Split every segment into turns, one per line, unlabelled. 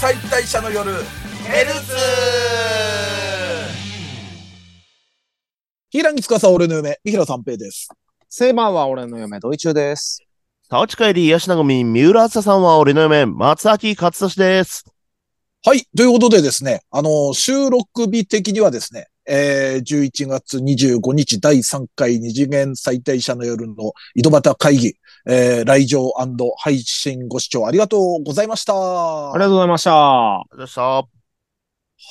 解体者の夜ヘルツ
平木司俺の嫁、三平三平です。
セイバーは俺の嫁、ドイチューです。
タオチカエリヤシナゴミ、三浦朝さんは俺の嫁、松崎勝利です。
はい。ということでですね、あの、収録日的にはですね、えー、11月25日第3回二次元再大者の夜の井戸端会議、えー、来場配信ご視聴ありがとうございました。
ありがとうございました。
ありがとうございま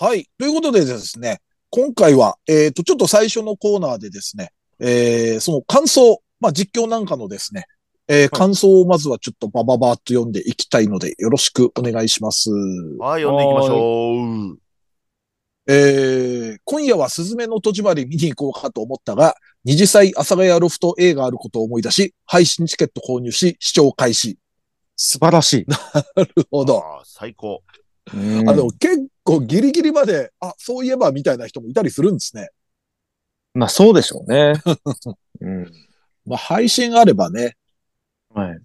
はい。ということでですね、今回は、えっ、と、ちょっと最初のコーナーでですね、えー、その感想、まあ、実況なんかのですね、えー感想をまずはちょっとバババーっと読んでいきたいので、よろしくお願いします。
した。はい、読んでいきましょう。
えー今夜はスズメの戸締まり見に行こうかと思ったが、二次祭阿佐ヶ谷ロフト A があることを思い出し、配信チケット購入し、視聴開始。
素晴らしい。
なるほど。
あー最高。
あの、結構ギリギリまで、あ、そういえばみたいな人もいたりするんですね。
まあそうでしょう ね。うん。
まあ、配信あればね、
はい。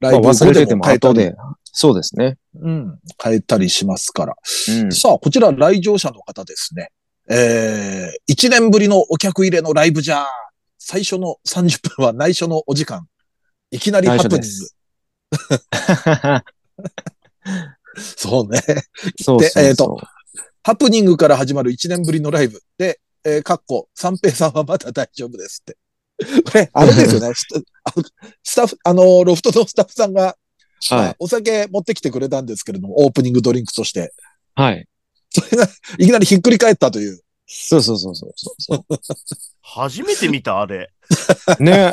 ラ
まあ
イブ
忘れ
後
て
で
て
も
も
変えた
後
り、
で。そうですね。
うん、変えたりしますから。
うん
さあ、こちら来場者の方ですね。えー、1年ぶりのお客入れのライブじゃー。最初の30分は内緒のお時間。いきなりハプニン
内緒
グ。
です
そうね。
そうそうそう。
えーとハプニングから始まる1年ぶりのライブで、えー、かっこ、三平さんはまだ大丈夫ですって。 これ、あれです よね。スタあのスタッフ、あの、ロフトのスタッフさんが、
はい。
お酒持ってきてくれたんですけれども、オープニングドリンクとして、
はい。
いきなりひっくり返ったという。
そうそうそうそうそ
初めて見た、あれ。
う。ね。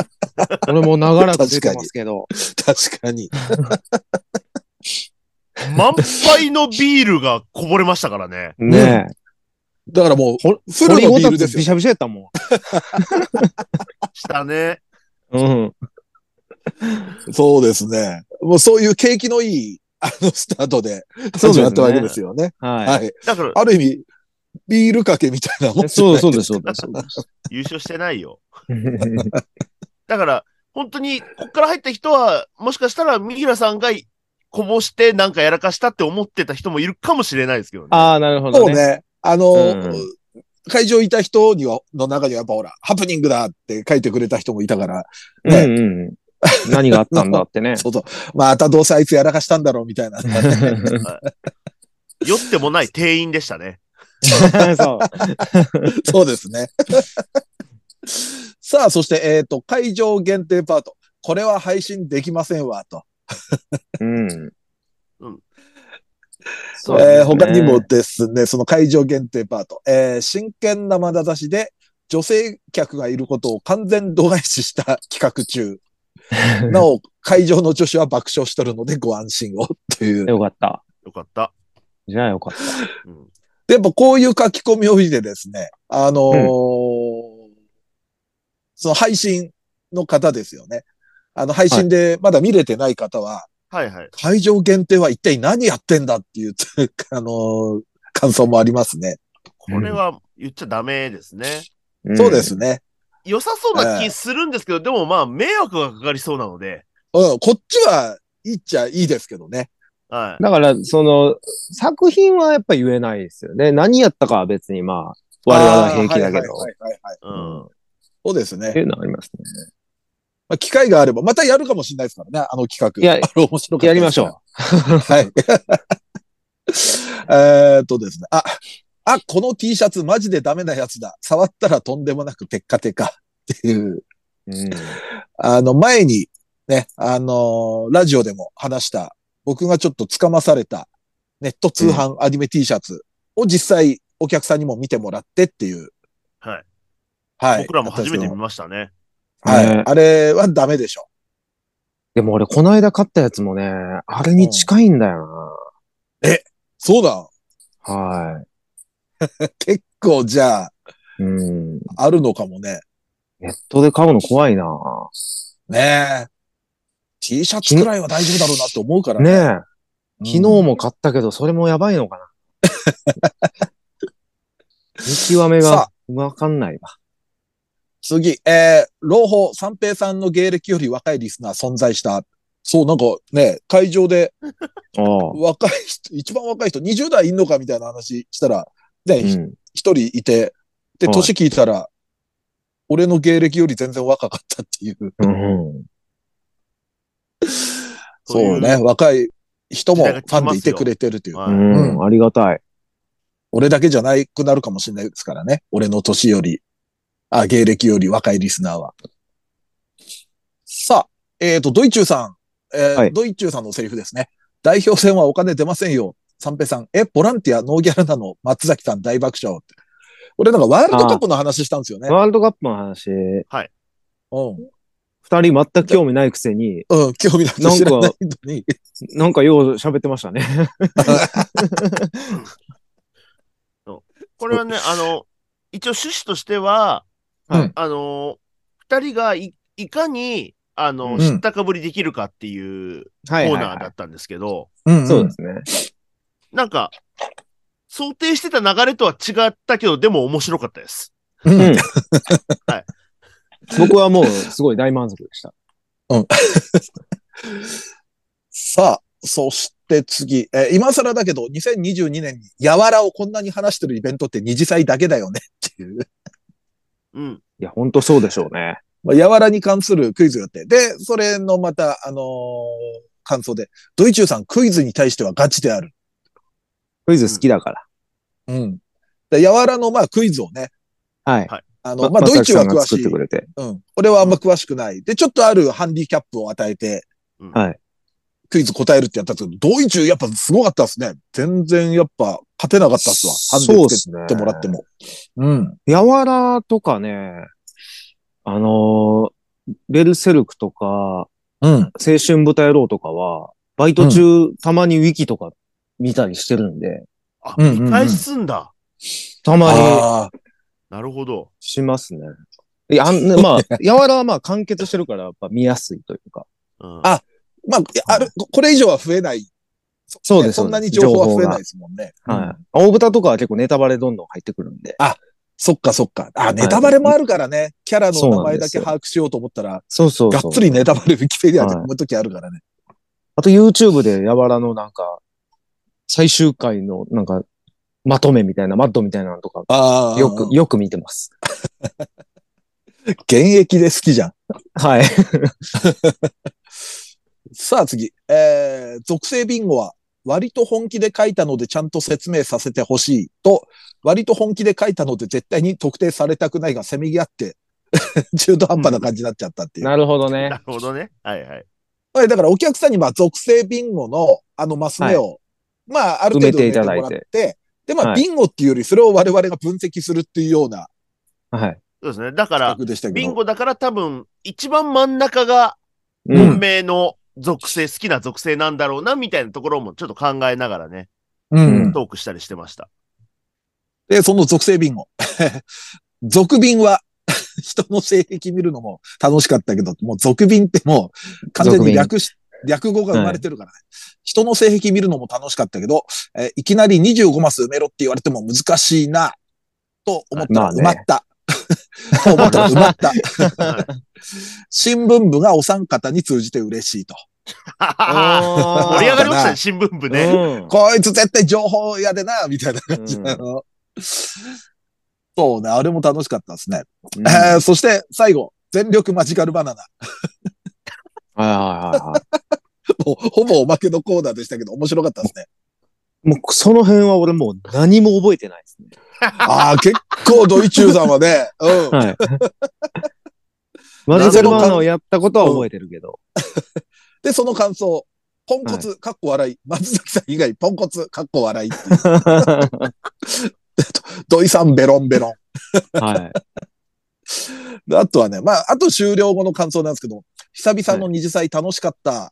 俺も長らく出てますけど。
確かに。
満杯のビールがこぼれましたからね。
ね
だからも
ほ
う、フルの
ホ
ビ
タ
ー
テ
ルで
び
すよ。
しゃびしゃやったも
したね。
ん。うん。
そうですね。もうそういう景気のいい、あの、スタートで、
そうですね
始まったわけですよね。
は
はい。
だから、
ある意味、ビールかけみたいなもん
い。
じゃない
そ
う
そうです、そうです。そうです
優勝してないよ。だから、本当に、こっから入った人は、もしかしたら、三平さんがこぼしてなんかやらかしたって思ってた人もいるかもしれないですけどね。
ああ、なるほ
そ
ど
う
ね。
ね。あの、
うん
会場いた人には、の中にはやっぱほら、ハプニングだって書いてくれた人もいたから、ね
うんうん。何があったんだってね。
そうそう。またどうせあいつやらかしたんだろうみ たいな。
酔ってもない店員でしたね。
そう。
そうですね。 さあ、そして、えっ、と、会場限定パート。これは配信できませんわ、と。
うん。そうですね
えー他にもですね、その会場限定パート。えー真剣な眼差しで、女性客がいることを完全度外視した企画中。なお、会場の女子は爆笑しとるのでご安心を、という。
よかった。
よかった。
じゃあよかっ
うん、
で、やっぱこういう書き込みを見てですね、あのー
うん
その配信の方ですよね。あの、配信でまだ見れてない方は、
はいはい。
会場限定は一体何やってんだっていう、 あのー感想もありますね。
これは言っちゃダメですね。
た。
そうですね。
良さそうな気するんですけど、でもまあ、迷惑がかかりそうなので、
うん、こっちはいいっちゃいいですけどね。
はい。
だから、その、作品はやっぱ言えないですよね。何やったかは別にまあ、我々は平気だけど。
あーはいはいはいはい
うん
うん
そうです
ってい
ね。
うのはありますね。
まあ、機会があれば、またやるかもしれないですからね、あの企画。
いや
あの面白かったですから
やりましょう。
はい。えーっとですね。あ、あ、この T シャツマジでダメなやつだ。触ったらとんでもなくテッカテカっていう。
うん
あの、前にね、あのーラジオでも話した、僕がちょっとつかまされたネット通販アニメ T シャツを実際お客さんにも見てもらってっていう。
はい。
はい。
僕らも初めて見
やっ
ましたね。
たんですけど
ね
はい。あれはダメでしょ。
でも俺、この間買ったやつもね、あれに近いんだよ
そうだ。
な。は
結構じゃあ、
い。うん。
あるのかもね。
ネットで買うの怖いな。
ねえ。T シャツくらいは大丈夫だろうなって思うから
ねえ。
うん
昨日も買ったけど、それもやばいのかな。 見極め
さ
がわかんないわ。
次、えー、朗報、三平さんの芸歴より若いリスナー存在した。そう、なんかね、会場で
ああ。
若い人、一番若い人、20代いんのかみたいな話したら、ね、
う
ひ
ん。
一、人いて、で、
はい
年聞いたら、俺の芸歴より全然若かったっていう。
うん
そういう
そうね、若い人も
時代が
フ
来てますよ
ァンでいてくれてるっていう。
は
う
い
ん。ありがたい。
俺だけじゃないくなるかもしれないですからね。俺の年より、あ、芸歴より若いリスナーは。さあ、えっ、と、ドイチューさん、えー
はい
ドイチューさんのセリフですね。代表戦はお金出ませんよ。三平さん、え、ボランティア、ノーギャラなの松崎さん大爆笑って。俺なんかワールドカップの話したんですよね。
ワールドカップの話、
うん。
二人全く興味ないくせに、
うん、興味なくて知らないのに。
なんかよう喋ってましたね。
これはね、あの、一応趣旨としては、
はい
あの、二人がいいかに、あの、
うん
知ったかぶりできるかっていうコ
はい
ー
はい
ナーだ
は
ったんですけど、
うん、
い。そうですね。
なんか、想定してた流れとは違ったけど、でも面白かったです。
うん。
うん
はい
僕はもうすごい大満足でした。
さあ、そして次、えー今更だけど、2022年に、やわらをこんなに話してるイベントって二次祭だけだよねっていう。
うん。
いや、ほんとそうでしょうね。
まあ、やわらに関するクイズがあって、で、それのまた、あのー感想で、ドイチューさんクイズに対してはガチである。
クイズ好きだから。
うん。で、やわらの、まあ、クイズをね、
はい。
あの、まあ、ドイ
松崎
チュ
さ
ー
ん
は
が
詳し
作っ
い
て。くれて。
うん。俺はあんま詳しくない。で、ちょっとあるハンディキャップを与えて、
うん
はい。
クイズ答えるってやったんですけど、ドイチューやっぱすごかったですね。全然やっぱ勝てなかったっすわ。ハンディつけてもらっても。うん。
やわらとかね、あのーベルセルクとか、青
うん。
春豚野郎とかは、バイト中、たまにウィキとか見たりしてるんで、
あ、
うんうんうん
見返すんだ。
たまに
ああ。
なるほど。
しますね。いや、あん まあ、やわらはまあ完結してるから、やっぱ見やすいというか。
うん、
あまあ、ある、これ以上は増えない。
そうです
そんなに情
そうです
報は増え
情報が
ないですもんね。うん
はい。大豚とかは結構ネタバレどんどん入ってくるんで。
そっかそっか。あ、ネタバレもあるからね。キャラ
そ
の
うな
名
ん
前
で
だ
す
け
よ
把握しようと思ったら、
そうそう
が
そう。
っつりネタバレウィキペディアで
はい
踏むときあるからね。
あと YouTube でやわらのなんか、最終回のなんか、まとめみたいな、マッドみたいなのとか、
ああ。
よく、よく見てます。
現役で好きじゃん。
はい。
さあ次。えー、属性ビンゴは、割と本気で書いたのでちゃんと説明させてほしいと、割と本気で書いたので絶対に特定されたくないがせめぎ合って、 中途半端な感じになっちゃったっていう。
なるほどね
な。るほどね。はいはい。
はい、だからお客さんにまあ属性ビンゴのあのマス目を、まあある程度
埋めていただ
埋
いて
めもらって、でまあ、
はい
ビンゴっていうよりそれを我々が分析するっていうような
はい。
そうですね。だか
企
ら、
画でしたけ
ビン
ど。
ゴだから多分、一番真ん中が
う
本
ん。
命の属性、好きな属性なんだろうな、みたいなところもちょっと考えながらね、
うん。
トークしたりしてました。
で、その属性ビンゴ。 属便は 人の性癖見るのも楽しかったけど、もう属便ってもう完全に略し、略語が生まれてるからね。人の性癖見るのも楽しかったけど、えーいきなり25マス埋めろって言われても難しいな、と思ったら
まあね
埋まった。 と思ったら埋まった。
はい
新聞部がお三方に通じて嬉しいと。
盛り上がりました
あー
ね、新聞部ね。
ね。
こいつ絶対情報屋でな、みたいな感じなの。そうね、あれも楽しかったですね。
うんはい
えーそして最後、全力マジカルバナナ。
はいはいは
もうほぼおまけのコーナーでしたけど、面白かった ですね。
い。もうその辺は俺もう何も覚えてないですね。
ああ、結構ドイチューさんはね、うん。
はい。マジカルバナナをやったことは覚えてるけ ど。
で、その感想、ポンコツ、かっこ笑い、松崎さん以外、ポンコツ、かっこ笑い、
は
土井さん、ベロンベロン。
い。
あとはね、まあ、あと終了後の感想なんですけど、久々の二次祭楽しかった。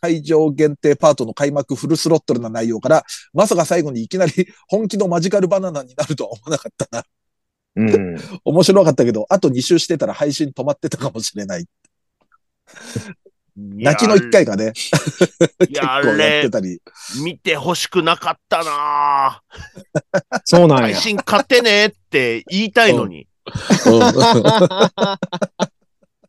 会場限定パートの開幕フルスロットルな内容から、まさか最後にいきなり本気のマジカルバナナになるとは思わなかったな。
うん。
面白かったけど、あと2周してたら配信止まってたかもしれない。泣きの1回がね、
い
結
や、あ
構やっ
れ
て、たり。
見てほしくなかったなぁ。
そうなん
配
や。
信買ってねって言いたいのに。
うん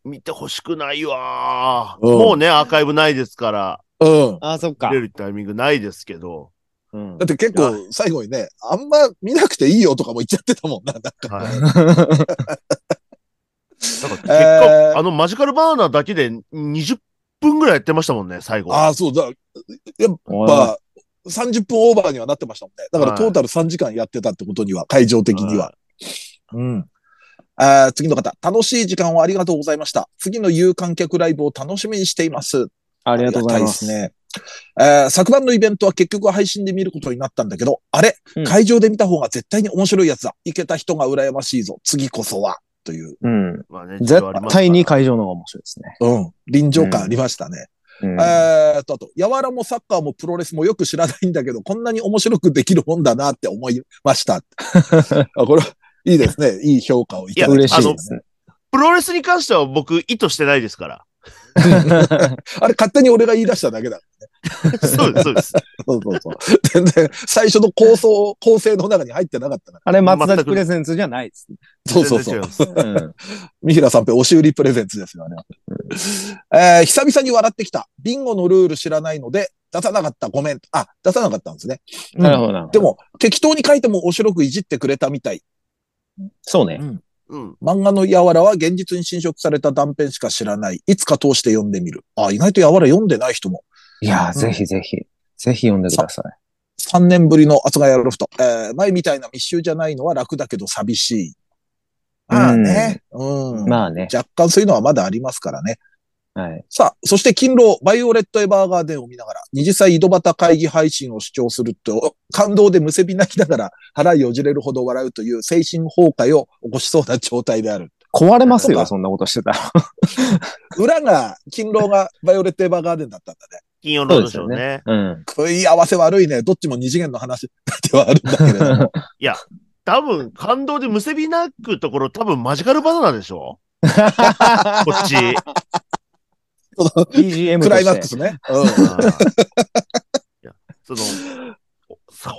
見てほしくないわー、
うん
もうね、アーカイブないですから、
うん。
ああ、そっか
出。るタイミングないですけど。
うん
だって結構最後にね、あんま見なくていいよとかも言っちゃってたもんな。なんか
はい。 なんか結
え
果、
ー
あのマジカルバーナーだけで20分ぐらいやってましたもんね、最後。
ああ、そうだ。
おい
まあ、30分オーバーにはなってましたもんね。だから
はい
トータル3時間やってたってことには、会場的には。うん。あー次の方、楽しい時間をありがとうございました。次の有観客ライブを楽しみにしています。
ありがとうございます。
ありがたいですね。えー昨晩のイベントは結局配信で見ることになったんだけど、あれ、
うん
会場で見た方が絶対に面白いやつだ。行けた人が羨ましいぞ。次こそは。という、
うん。
まあね
絶対に。
事情ありますか
会場の方が面白いですね。
うん、臨場感ありましたね。
うん
えーっと、あと、柔らもサッカーもプロレスもよく知らないんだけど、こんなに面白くできるもんだなって思いま した。あこれ、いいですね。いい評価をいただきま
嬉
た
しいですね。
らプロレスに関しては僕意図してないですから。
あれ、勝手に俺が言い出しただけだ。
そうです、そうです。
そうそうそう。全然、最初の構想、構成の中に入ってなかったから。
あれ、松崎プレゼンツじゃないですね。
そうそうそう
全然違い。ます
うん
三平さんぺ押し売りプレゼンツです よね。えー久々に笑ってきた。ビンゴのルール知らないので、出さなかった。ごめん。あ、出さなかったんですね。
なるほどなるほ
で
ど。
も、適当に書いても面白くいじってくれたみたい。
そうね。
うん。
漫画の柔らは現実に侵食された断片しか知らない。いつか通して読んでみる。あ、意外と柔ら読んでない人も。
いやー、ぜひぜひ、ぜひ読んでください。
3年ぶりの厚ヶ谷ロフト。えー前みたいな密集じゃないのは楽だけど寂しい。まあね。うん。
まあね。
若干そういうのはまだありますからね。
はい。
さあ、そして勤労、バイオレット・エヴァーガーデンを見ながら、二次祭井戸端会議配信を視聴すると、感動でむせび泣きながら腹よじれるほど笑うという精神崩壊を起こしそうな状態である。
壊れます
そうか
よ、そんなことしてたら。
裏が、勤労がバイオレット・エヴァーガーデンだったんだね。
金曜ロードショーね。
うん。
食い合わせ悪いね。どっちも二次元の話ではあるんだけれ ども。
多分、感動でむせびなくところ、多分マジカルバナナでしょこっち。
BGM
クライマッ
と
ク
し
ス
て。
ね。うん。
いやその、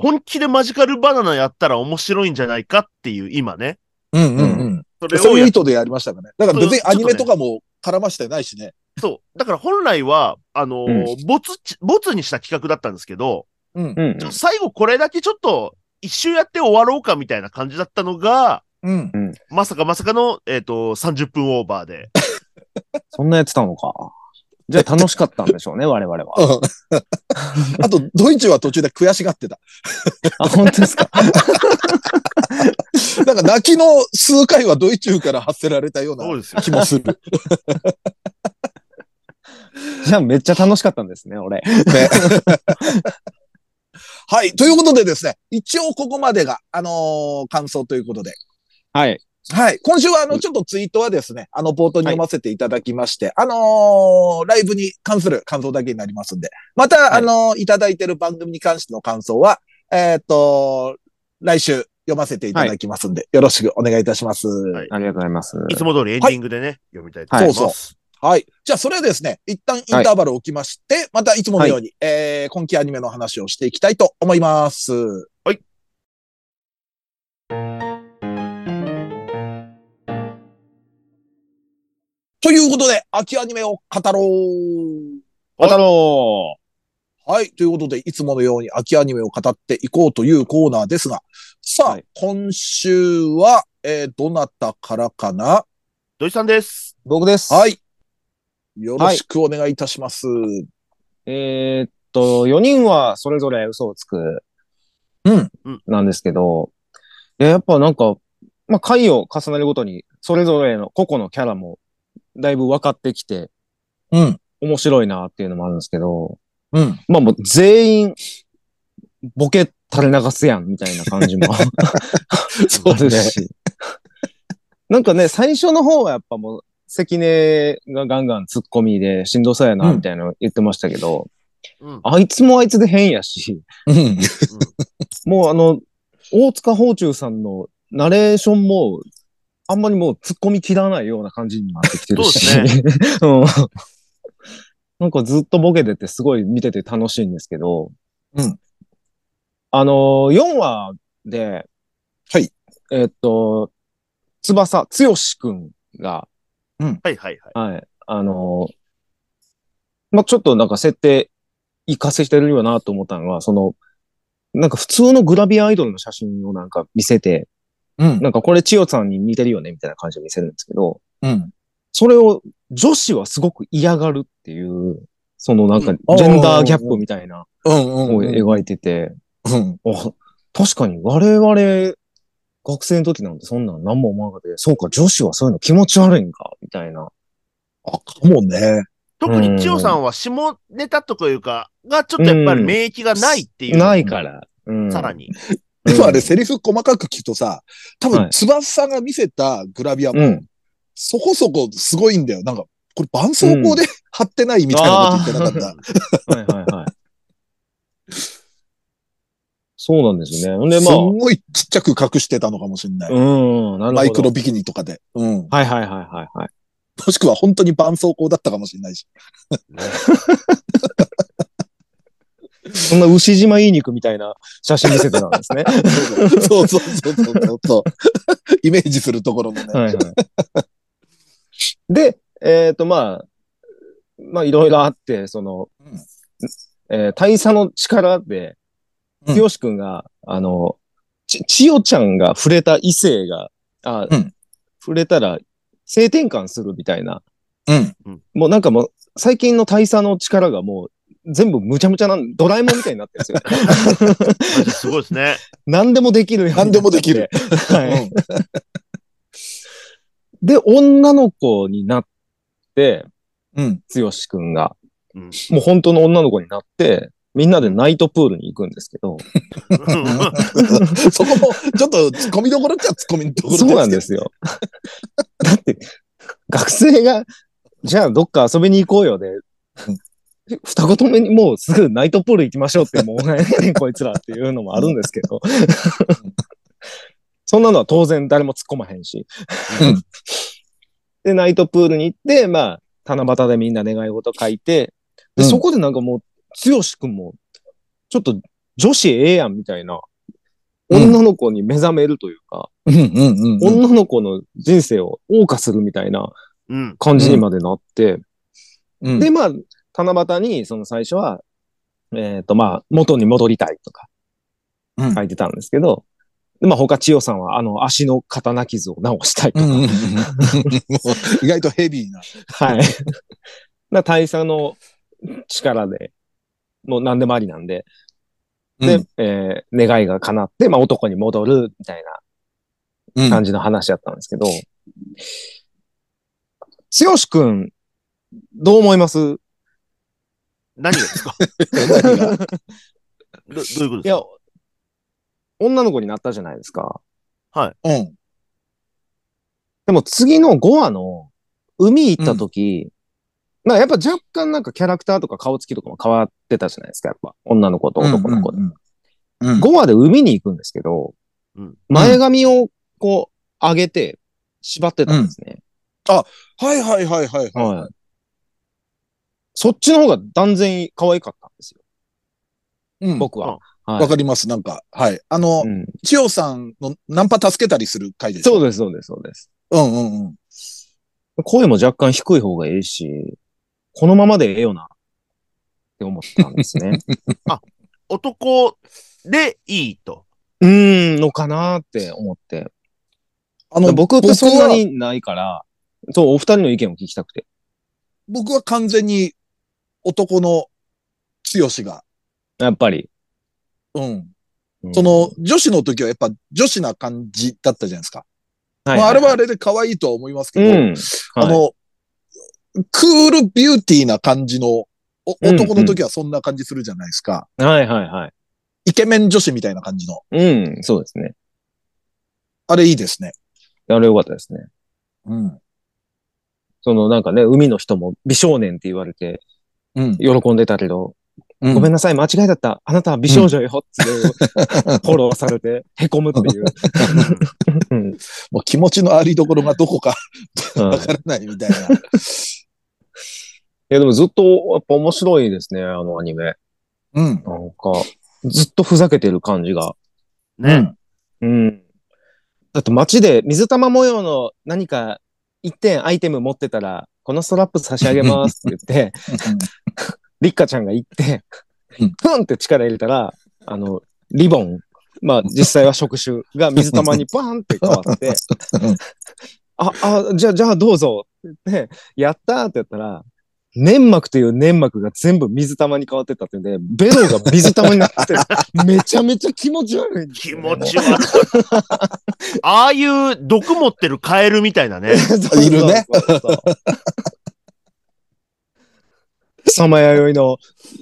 本気でマジカルバナナやったら面白いんじゃないかっていう、今ね。
うんうんうん。
それ
そう
を
いう
や
意図でやりましたかね。だから別にアニメとかも絡ましてないしね。
そう。だから本来は、あのーボツち、ボツにした企画だったんですけど、
うん
う。ん
ちょっと最後これだけちょっと、一周やって終わろうかみたいな感じだったのが、
うん。
まさかまさかの、えっ、と、30分オーバーで。
そんなやつたのか。じゃあ楽しかったんでしょう ね、我々は。
うんあと、ドイツは途中で悔しがってた。
あ、本当ですか。
なんか泣きの数回はドイツから発せられたような
そうですよ。
気もする。
じゃあめっちゃ楽しかったんですね、俺。
ね はい。ということでですね、一応ここまでが、あのー感想ということで。
はい。
はい。今週は、あの、ちょっとツイートはですね、あの、冒頭に読ませていただきまして、あのーライブに関する感想だけになりますんで、また、
い
あのーいただいてる番組に関しての感想は、えーっ、と、来週読ませていただきますんで、よろしくお願いいたします。
はい
ありがとうございます。
いつも通りエンディングでね、読みたいと思います。
はいはい。じゃあ、それはですね、一旦インターバルを置きまして、またいつものように、えー、今期アニメの話をしていきたいと思います。
はい。
ということで、秋アニメを語ろう。
小太郎
はい。ということで、いつものように秋アニメを語っていこうというコーナーですが、さあ、
はい
今週は、えー、どなたからかな
土井さんです。
僕です。
はい。よろしくお願いいたします。
えーっと、4人はそれぞれ嘘をつく。
うん
うん
なんですけど、いややっぱなんか、まあ、回を重ねるごとに、それぞれの個々のキャラも、だいぶ分かってきて、
うん。
面白いなっていうのもあるんですけど、
うん。
まあもう全員、ボケ垂れ流すやん、みたいな感 じも
そう
あるし。なんかね、最初の方はやっぱもう、関根がガンガン突っ込みで、しんどそうやな、みたいなの言ってましたけど、
うん。
あいつもあいつで変やし、
うん。
もうあの、大塚宝中さんのナレーションも、あんまりもう突っ込み切らないような感じになってきてるし。
そうで
うんなんかずっとボケててすごい見てて楽しいんですけど。
うん
あのー、4話で、
はい。
えっと、翼、剛くんが、
はいはいはい。
はい。あのーまあ、ちょっとなんか設定活かせてるよなと思ったのは、その、なんか普通のグラビアアイドルの写真をなんか見せて、
うん。
なんかこれ千代さんに似てるよねみたいな感じで見せるんですけど、
うん。
それを女子はすごく嫌がるっていう、そのなんか
うん
ジェンダーギャップみたいな
うん。う
の
ん。
を
うん。
描いてて、
うん。
あ、確かに我々学生の時なんてそんなん何も思わなくて、そうか女子はそういうの気持ち悪いんかみたいな。
あ、かもね。
特に千代さんは下ネタとかいうか、がちょっとやっぱり免疫がないっていう。
ないから。うん
さら。に。
うん
でもあれ、セリフ細かく聞くとさ、多
は
分、
い
翼が見せたグラビア
う
も
ん、。
そこそこすごいんだよ。なんか、これ、絆創膏で貼ってないみたいなこと言ってなかっ
はいはいはい。そうなんですよね。ほん
た。
ですまあ、
んごいちっちゃく隠してたのかもしれない。
うん、なるほど。
マイクロビキニとかで。うん。
はいはいはいはいはい。
もしくは本当に絆創膏だったかもしれないし。
そんな牛島いい肉みたいな写真見せてたんですね。
そうそう そうそうそうそう。イメージするところもね。
はいはい。で、えっ、と、まあ、まあ、いろいろあって、その、
うん
えー大佐の力で、
うん
きよしくんが、あの、ち、千代ちゃんが触れた異性が、あ、
うん
触れたら、性転換するみたいな。
うん。
もうなんかもう、最近の大佐の力がもう、全部むちゃむちゃなん、ドラえもんみたいになってるんですよ。
すごいですね。
何でもできるようになっ
何でもできる
て。はい。で、女の子になって、
うん。
つよしくんが、
うん
もう本当の女の子になって、みんなでナイトプールに行くんですけど、
そこも、ちょっと突っ込みどころっちゃ突っ込みどころ
そうなんですよ。 だって、学生が、じゃあどっか遊びに行こうよで、二言目にもうすぐナイトプール行きましょうって、もう何やねんこいつらっていうのもあるんですけど、 そんなのは当然誰も突っ込まへんし
うん。
で、ナイトプールに行って、まあ、七夕でみんな願い事書いて、で
うん
そこでなんかもう、つよしくんも、ちょっと女子ええやんみたいな、
うん
女の子に目覚めるというか、
うんうんうん。
女の子の人生を謳歌するみたいな
うん。
感じにまでなって、
うん
で、まあ、七夕に、その最初は、えっ、と、まあ、元に戻りたいとか
うん
書いてたんですけど、でまあ、他千代さんは、あの、足の刀傷を治したいと
う
か、
んうんうんもう意外とヘビーな。
はい。 な大佐の力で、もう何でもありなんで、で、
うん
えー願いが叶って、まあ、男に戻るみたいな
うん
感じの話だったんですけど、つよしくん、どう思い ます
何がですか
何
どどうい
が
うこと
い
です
や
か、
女の子になったじゃないですか。
うん。
でも次の5話の海行った時、なんかやっぱ若干なんかキャラクターとか顔つきとかも変わってたじゃないですか、やっぱ。女の子と男の子で。
うんうんうん
5話で海に行くんですけど、
うん
前髪をこう上げて縛ってたんですね。
はいはいはいはいはい。
はい。そっちの方が断然可愛かったんですよ、
うん
僕は。はい
わかります。なんか、はい。あの、
うん
千代さんのナンパ助けたりする回でしょ
そうです、そうです、そうです。
うんうんうん。
声も若干低い方がいいし、このままでええよな、って思ったんですね。
男でいいと。
うーん、のかなって思って。
あの、
僕って
は
そんなにないから、そう、お二人の意見を聞きたくて。
僕は完全に男の強しが、
やっぱり。
うん。
うん
その、、女子の時はやっぱ女子な感じだったじゃないですか。
はい
まあ、あれはあ
れ。
れで可愛いとは思いますけど、
うん。
あ
はい、
の、クールビューティーな感じの、お
うん
男の時はそんな感じするじゃないですか。
はいはいはい。
イケメン女子みたいな感じの。
うん、そうですね。
あれいいですね。
あれよかったですね。
うん。
そのなんかね、海の人も美少年って言われて
うん。
喜んでたけど、
ご
ごめん
な
なさい、間違いだった。あなたは美少女よっていうフォローさ れて、凹むっていう。うん
もう気持ちのありどころがどこか
うん
わからないみたいな。
いや、でもずっと、やっぱ面白いですね、あのアニメ。
うん。
なんか、ずっとふざけてる感じが。
ね。
うん。だって街で水玉模様の何か1点アイテム持ってたら、このストラップ差し上げますって言って、 リッカちゃんが行って
うん、
ふんって力入れたら、あの、リボン、まあ実際は触手が水玉にバーンって変わ って
うん、
あ、あ、じゃあ、じゃあどうぞって言って、やったーってやったら、粘膜という粘膜が全部水玉に変わってったってんで、ベロが水玉になって、めちゃめちゃ気持ち悪いんです
気
よね。
持ち悪い。ああいう毒持ってるカエルみたいなね。
い
いるね。
さまやよいの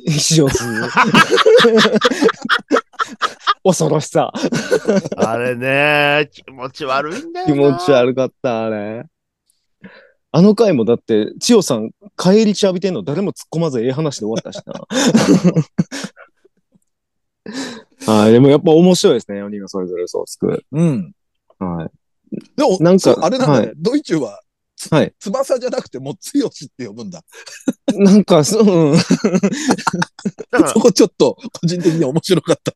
非常通。 恐ろしさ。
あれね、気持ち悪いんだよ
気
な。
持ち悪かった、あれ。あの回もだって、千代さん、帰り血浴びてんの誰も突っ込まずええ話で終わったし な。はい、でもやっぱ面白いですね、4人がそれぞれそうつく。
うん。
はい。
でも、
なんか
そうあれなんだね、
はい
ドイツは、つ
はい
翼じゃなくて、もう、つよしって呼ぶんだ。
なんか、そう、うん
だから
そこちょっと、個人的に面白かった。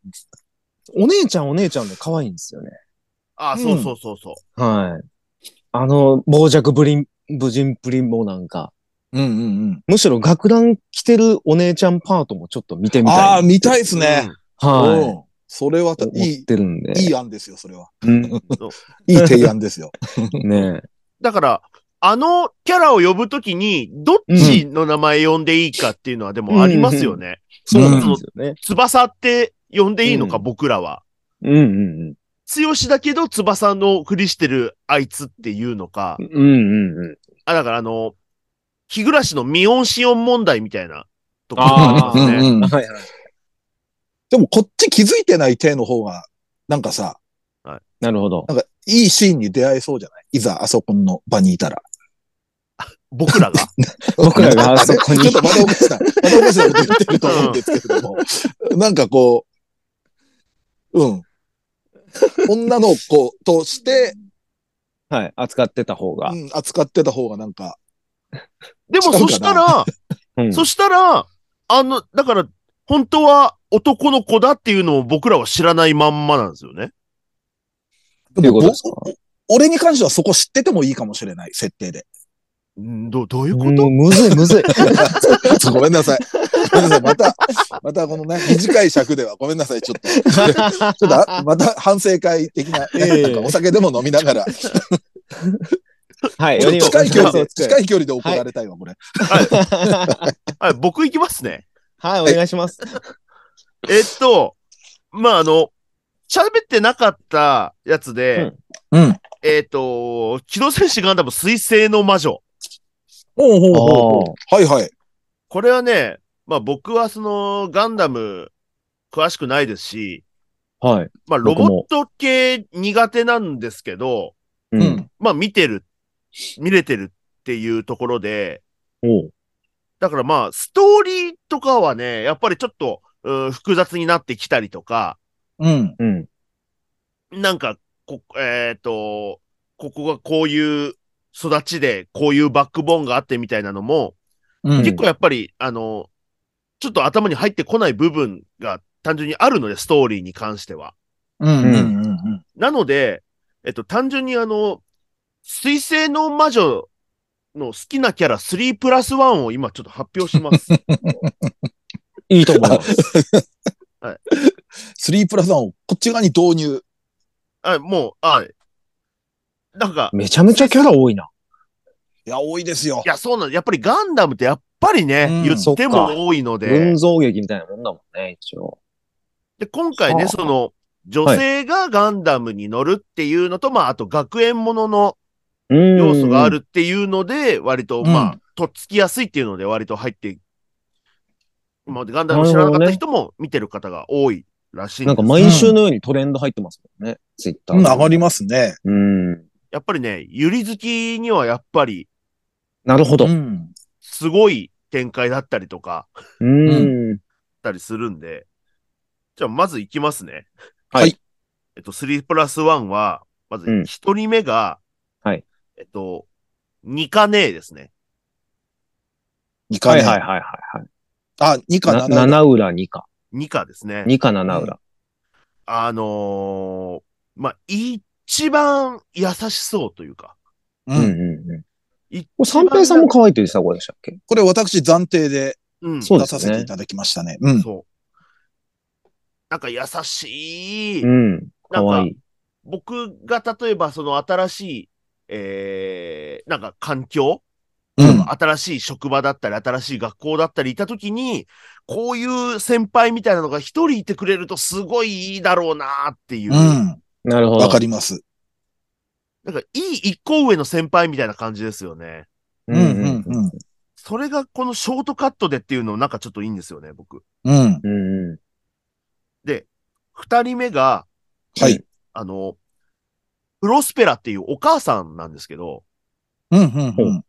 お姉ちゃんお姉ちゃんで可愛いんですよね。
ああ、そうそうそうそう。
はい。あの、傍若ぶりん、無人プリンもなんか、
うんうんうん。
むしろ学ラン着てるお姉ちゃんパートもちょっと見てみたいな。
ああー、見たいですね。
は
うん。それはた、い
い。思っ
い、
てるんで。
いい案ですよ、それは。
うん
いい提案ですよ。
ね
だから、あのキャラを呼ぶときに、どっちの名前呼んでいいかっていうのはでもありますよね。
そうなんですよね。
翼って呼んでいいのか、
うん
僕らは。
うんうん
強しだけど翼のふりしてるあいつっていうのか
う。ん。うんうんうん。
あ、だからあの、日暮らしのミオンシオン問題みたいなところ
あ
があります
ー
ね。
うんうん
はいはい。
でも、こっち気づいてない体の方が、なんかさ、
なるほど。
なんか、いいシーンに出会えそうじゃないいざ、あそこの場にいたら。
僕らが。
僕 らがあそこに
ちょっとまだおかしな、まだおかしなこと言ってると思うんですけれども、なんかこう、うん。女の子と して、
はい。扱ってた方が
う。ん、扱ってた方がなんか、
でも
違うかな
そしたら、
うん
そしたら、あの、だから、本当は男の子だっていうのを僕らは知らないまんまなんですよね。
ていうことですか
ぼ俺に関してはそこ知っててもいいかもしれない、設定で。
んど、どういううこ
ん
と
むずいむずい。
ちょ ごめんなさい。ごめんなさい。また、またこのね、短い尺ではごめんなさい。ちょっと、 ちょっとあ、また反省会的な、ね
ええ
なんかお酒でも飲みながら、
はい。
ちょっと近い距離 で、近
い。
い距離で怒られたいわ、これ。
はい、僕行きますね。
はい、お願いします。
えっと、まあ、あの、喋ってなかったやつで、
うんうん
えっと、機動戦士ガンダム水星の魔女。
ほうほう
ほうほ
う。はいはい。
これはね、まあ僕はそのガンダム詳しくないですし、
はい。
まあロ
僕も
ボット系苦手なんですけど、
う。
うんん。
まあ見てる、見れてるっていうところで、
おう
だからまあストーリーとかはね、やっぱりちょっと、うん複雑になってきたりとか、
うん。
うん。
なんか、こ、えっ、と、ここがこういう育ちで、こういうバックボーンがあってみたいなのも、
うん
結構やっぱり、あの、ちょっと頭に入ってこない部分が単純にあるので、ストーリーに関しては。
うん
うん
うん。
なので、えっと、単純にあの、水星の魔女の好きなキャラ3プラス1を今ちょっと発表し ます。
いいと思います。
3プラス1をこっち側に導入。
あもう、あなんか、
めちゃめちゃキャラ多いな。
いや、多いですよ
い。や、そうなんやっぱりガンダムってやっぱりね、
うん
言って
そっか
も多いので。
群像劇みたいなもんだもんね、一応。
で、今回ね、
はあ
その、女性がガンダムに乗るっていうのと、まあ、あと学園ものの要
要
素があ。るっていうので、割と、
うん
まあ、とっつきやすいっていうので、割と入って、まあ、ガンダム知らなかった人も見てる方が多いらしいん
な
で
ん
す
か毎週のようにトレンド入ってますもんね、ツイッタ
うん、上
ー
が
で。
りますね。
うん。
やっぱりね、ゆり好きにはやっぱり、
なるほど。
ん。
すごい展開だったりとか、あっ
うん。
たりするんで、じゃあ、まずいきますね。
はい。
えっと、3プラス1は、まず
うん
1人目が、
はい。
えっと、ニカネーですね。
2
は
回
い
目。
はいはいはい
あ、2か
はい。な
7。
七浦二か。
ニカですね。
二か七浦。
あのーまあ、一番優しそうというか、
う
うん
ん。
うんうん。
一
これ三平さんも可愛いと言ってた頃でしたっけ
これ私暫定で
うん。
そう
出
です
さ
ね
せていただきましたね。うん。
そう。なんか優しい。
うん。
な
可
ん
愛
か
い、
僕が例えばその新しい、えー、なんか環境、
うん。
新しい職場だったり、新しい学校だったりいたときに、こういう先輩みたいなのが一人いてくれるとすごいいいだろうなっていう。
うん。
なるほど。
わかります。
なんかいい一個上の先輩みたいな感じですよね。
うんうんうん。
それがこのショートカットでっていうのなんかちょっといいんですよね、僕。
うん。
うんう
二人目が、
はい。
あの、プロスペラっていうお母さんなんですけど、
うんうんうん。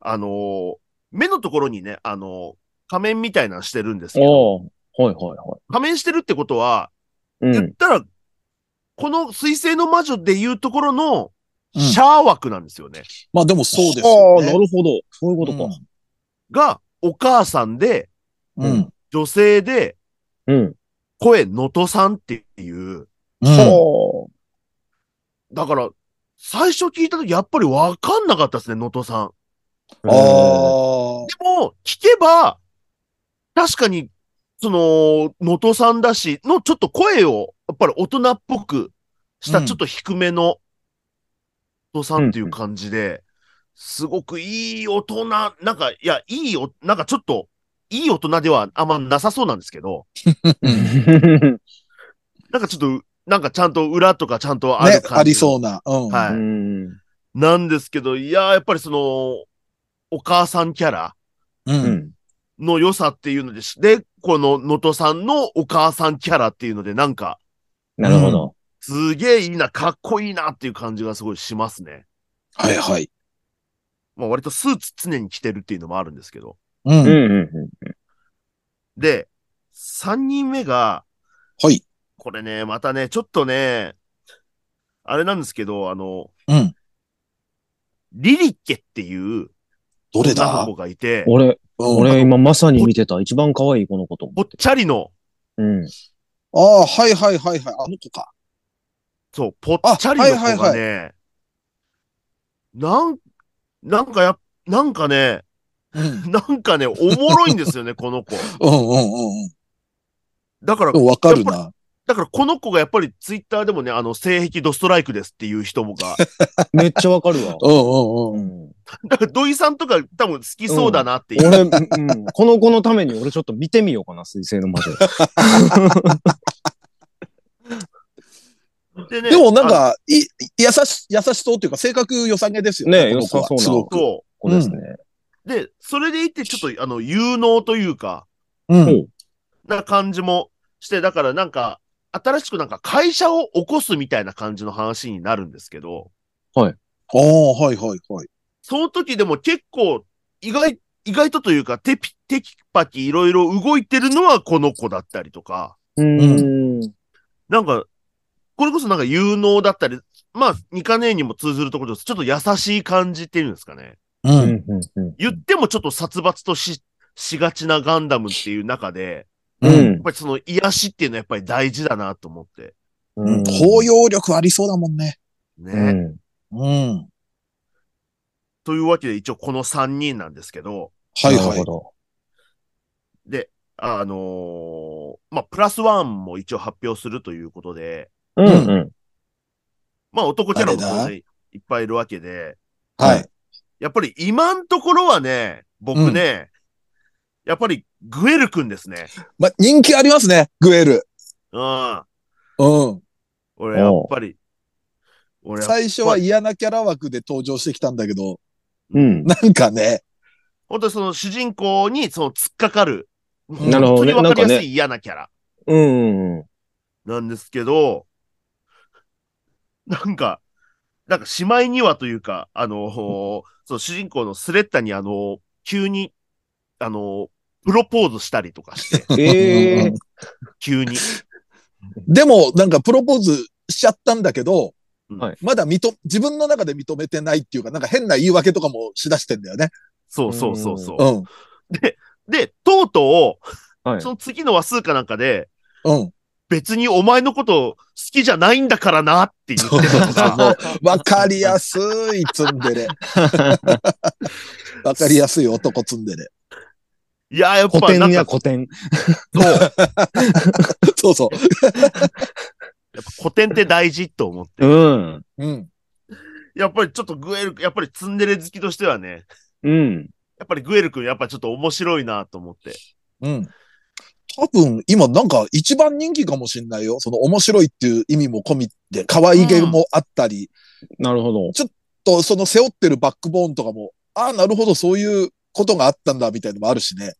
あの、目のところにね、あの、仮面みたいなのしてるんです
ん。
けど、
おーはいは
仮面してるってことは、
いはい。う
言っ
ん。
たら、この水星の魔女でいうところの、
うん
シャア枠なんですよね。
まあでもそうです
あ
よ
あ、
ね。
なるほど。そういうことか。
が、お母さんで、
うん。うん。
女性で、
うん。
声、のとさんっていう。
うん
ほ
だから、最初聞いたとき、やっぱりわかんなかったですね、のとさん。
う
あ
あ。
でも、聞けば、確かに、その、能登さんだし、のちょっと声を、やっぱり大人っぽくし
う
た、
ん
ちょっと低めの、能登さんっていう感じで、すごくいい大人、なんか、いや、いいお、なんかちょっと、いい大人ではあんまなさそうなんですけど、 なんかちょっと、なんかちゃんと裏とかちゃんと
あ。
あ
ね
る感、じ、
ありそうな。うん。
は
う
い
ん。
なんですけど、いやー、やっぱりその、お母さんキャラ、
う。
うんん。
の良さっていうのです。で、この能登さんのお母さんキャラっていうので、なんか、
なるほど。
すげえいいな、かっこいいなっていう感じがすごいしますね。
はいはい。
まあ割とスーツ常に着てるっていうのもあるんですけど。
う
うん
ん。
う
で、三人目が、
はい。
これね、またね、ちょっとね、あれなんですけど、あの、
うん。
リリッケっていう
どれ
女の
だ
子がいて
ん。、俺、
うん
俺今まさに見てた一番可愛いこの子と思
ぽっ
って。
ちゃりの、
うん。
ああ、はいはいはいはい。あの子か。
そう、ぽっちゃりの
あはい
子
は
が
い
ね、なん、なんかや、なんかね、
うん。うん
なんかね、おもろいんです よね、この子。
うんうんうん
だから
で、も。わかるな。
だからこの子がやっぱりツイッターでもね、あの、性癖ドストライクですっていう人もが、
めっちゃわかる わ。
うんうんうん。
うん
だから土井さんとか多分好きそうだなっていう。
俺、うんこの子のために俺ちょっと見てみようかな、水星の 魔女。
でね
でもなん、
あ
か、い、優し、優しそうっていうか、性格良さげですよね。
ね
この子は
良さそうな
すごく。
そ
これですね。
う。で、それでいてちょっと、あの、有能というか、
うん。
う
な感じもして、だからなんか、新しくなんか会社を起こすみたいな感じの話になるんですけど、
ああ、はいはいはい。
その時でも結構、意外、意外とというか、テピ、テキパキいろいろ動いてるのはこの子だったりとか、
うん。
なんか、これこそなんか有能だったり、まあ、ニカネにも通ずるところです。ちょっと優しい感じっていうんですかね。
う。
うんんうん
言ってもちょっと殺伐とし、しがちなガンダムっていう中で、
う
うん。
やっ
ん。
ぱりその癒しっていうのはやっぱり大事だなと思って。
うん。包
紅
容力ありそうだもんね。
ね。
うん。
うん。
というわけで一応この3人なんですけど、
はい
なる
は
ほ
い。
ど。
で、あのーまあ、プラスワンも一応発表するということで、
うんうん。
まあ、男キャラも
誰だ
当然いっぱいいるわけで、
はい。
やっぱり今のところはね、僕ね、やっぱりグエル君ですね。
ま、人気ありますね、グエル。
うん。
うん。
俺やっぱり。俺やっぱ
最初は嫌なキャラ枠で登場してきたんだけど、
うん。
なんかね、
本当にその主人公にその突っかかる。
なるほどね
本当にわかりやす
なんかね
い嫌なキャラ
うん。
なんですけど、なんか、なんかしまいにはというか、あの、その主人公のスレッタにあの、急に、あの、プロポーズしたりとか して、
ええ。
急に。
でもなんかプロポーズしちゃったんだけど、
うん
はい
まだ認、自分の中で認めてないっていうか、なんか変な言い訳とかもしだしてんだよね。
そうそうそうそう。
うん。
で、とうとう、
はい
そ。の次の話数かなんかで、
うん。
別にお前のこと好きじゃないんだからなって言ってたとか、
もう、わかりやすいツン デレ。わかりやすい男ツンデレ。
いや、やっぱ
古
な
典
ん
や
か
古典。
そう、やっぱ
そうそ
古典って大事と思って。
うん。
う。うん。
やっぱりちょっとグエル、やっぱりツンデレ好きとしてはね、
うん。
やっぱりグエル君やっぱちょっと面白いなと思って。
うん。多分、今なんか一番人気かもしんないよ。その面白いっていう意味も込みで、可愛げもあったり、
なるほど。
と、その背負ってるバックボーンとかも、ああ、なるほど、そういうことがあったんだ、みたいのもあるしね。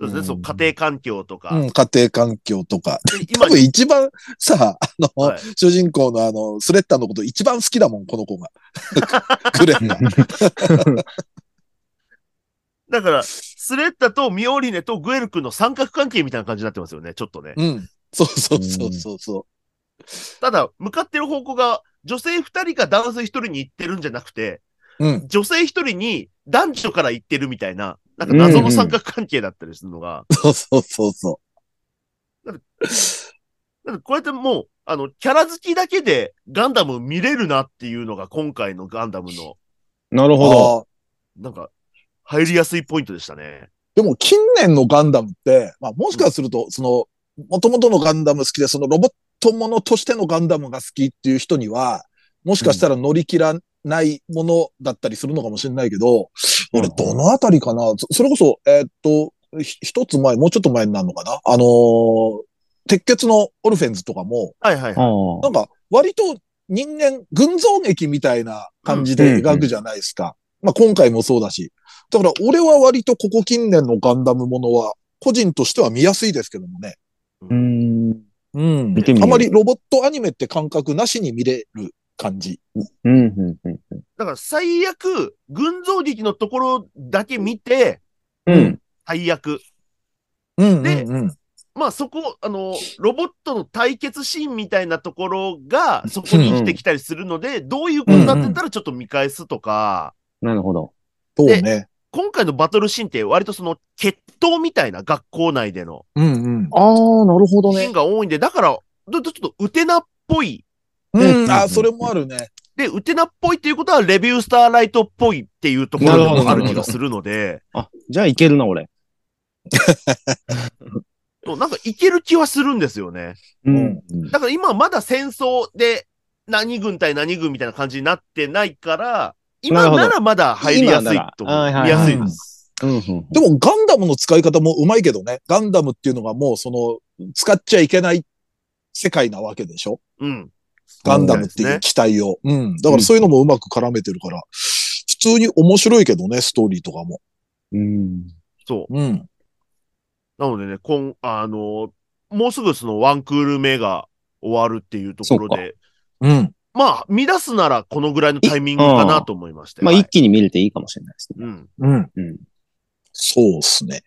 そうですね、
うん
そう、家庭環境とか。
うん、家庭環境とか。
で
多
今
分一番さ、あの、
はい
主人公のあの、スレッタのこと一番好きだもん、この 子が。グレンが。
だから、スレッタとミオリネとグエル君の三角関係みたいな感じになってますよね、ちょっとね。
うん。そうそうそうそうそ
ただ、向かってる方向が、女性二人か男性一人に行ってるんじゃなくて、
う。うん。
女性一人に男女から行ってるみたいな、なんか謎の三角関係だったりするのが、
そうそうそうそ
なんかこうやってもう、あの、キャラ好きだけでガンダム見れるなっていうのが今回のガンダムの、
なる
う。
ほ
あ
ど。
あ
なんか、入りやすいポイントでしたね。
でも近年のガンダムって、まあもしかすると、その、元々のガンダム好きで、そのロボットものとしてのガンダムが好きっていう人には、もしかしたら乗り切らないものだったりするのかもしれないけど、俺どのあたりかなそそれこそ、えーっと、ひ一つ前、もうちょっと前になるのかなあのー鉄血のオルフェンズとかも、
はいはい。はい
あ
なんか、割と人間、群像劇みたいな感じで描くじゃないですか。まあ今回もそうだし。だから俺は割とここ近年のガンダムものは、個人としては見やすいですけどもね。
あ。うん。
うん
見てみよ
あ
う
まりロボットアニメって感覚なしに見れる感じ。
うん。うん。うん
だから最悪、群像劇のところだけ見て、
うん。
最悪。
うん
で
うん
まあそこ、あの、ロボットの対決シーンみたいなところがそこに生きてきたりするので、どういうことになってたらちょっと見返すとか、
なるほど。
そうね。
今回のバトルシーンって割とその決闘みたいな学校内での
うんうん。
ああ、なるほど
シーン。が多いんで、だから、どちょっとウテナっぽい。
うん。
う
あ、
ん
それもあるね。
で、ウテナっぽいっていうことはレビュースターライトっぽいっていうところもある気がするので、
あ、じゃあいけるな、俺。
そうなんかいける気はするんですよね。
うん
だから今まだ戦争で何軍対何軍みたいな感じになってないから、今な
なる
らまだ入りやすいと
今なら
思う。
はいはい
見やすいです。
うんうん
でもガンダムの使い方もうまいけどね。ガンダムっていうのがもうその、使っちゃいけない世界なわけでしょ
うん。
ガンダムっていう機体を。うん。だからそういうのもうまく絡めてるから、普通に面白いけどね、ストーリーとかも。
うん。
そう。
うん。
なのでね、今、あの、もうすぐそのワンクール目が終わるっていうところで、
うん。
まあ、見出すならこのぐらいのタイミングかなと思いまして。
まあ、
はい
一気に見れていいかもしれないですね。
うん。
うん。
うん。
そうっすね。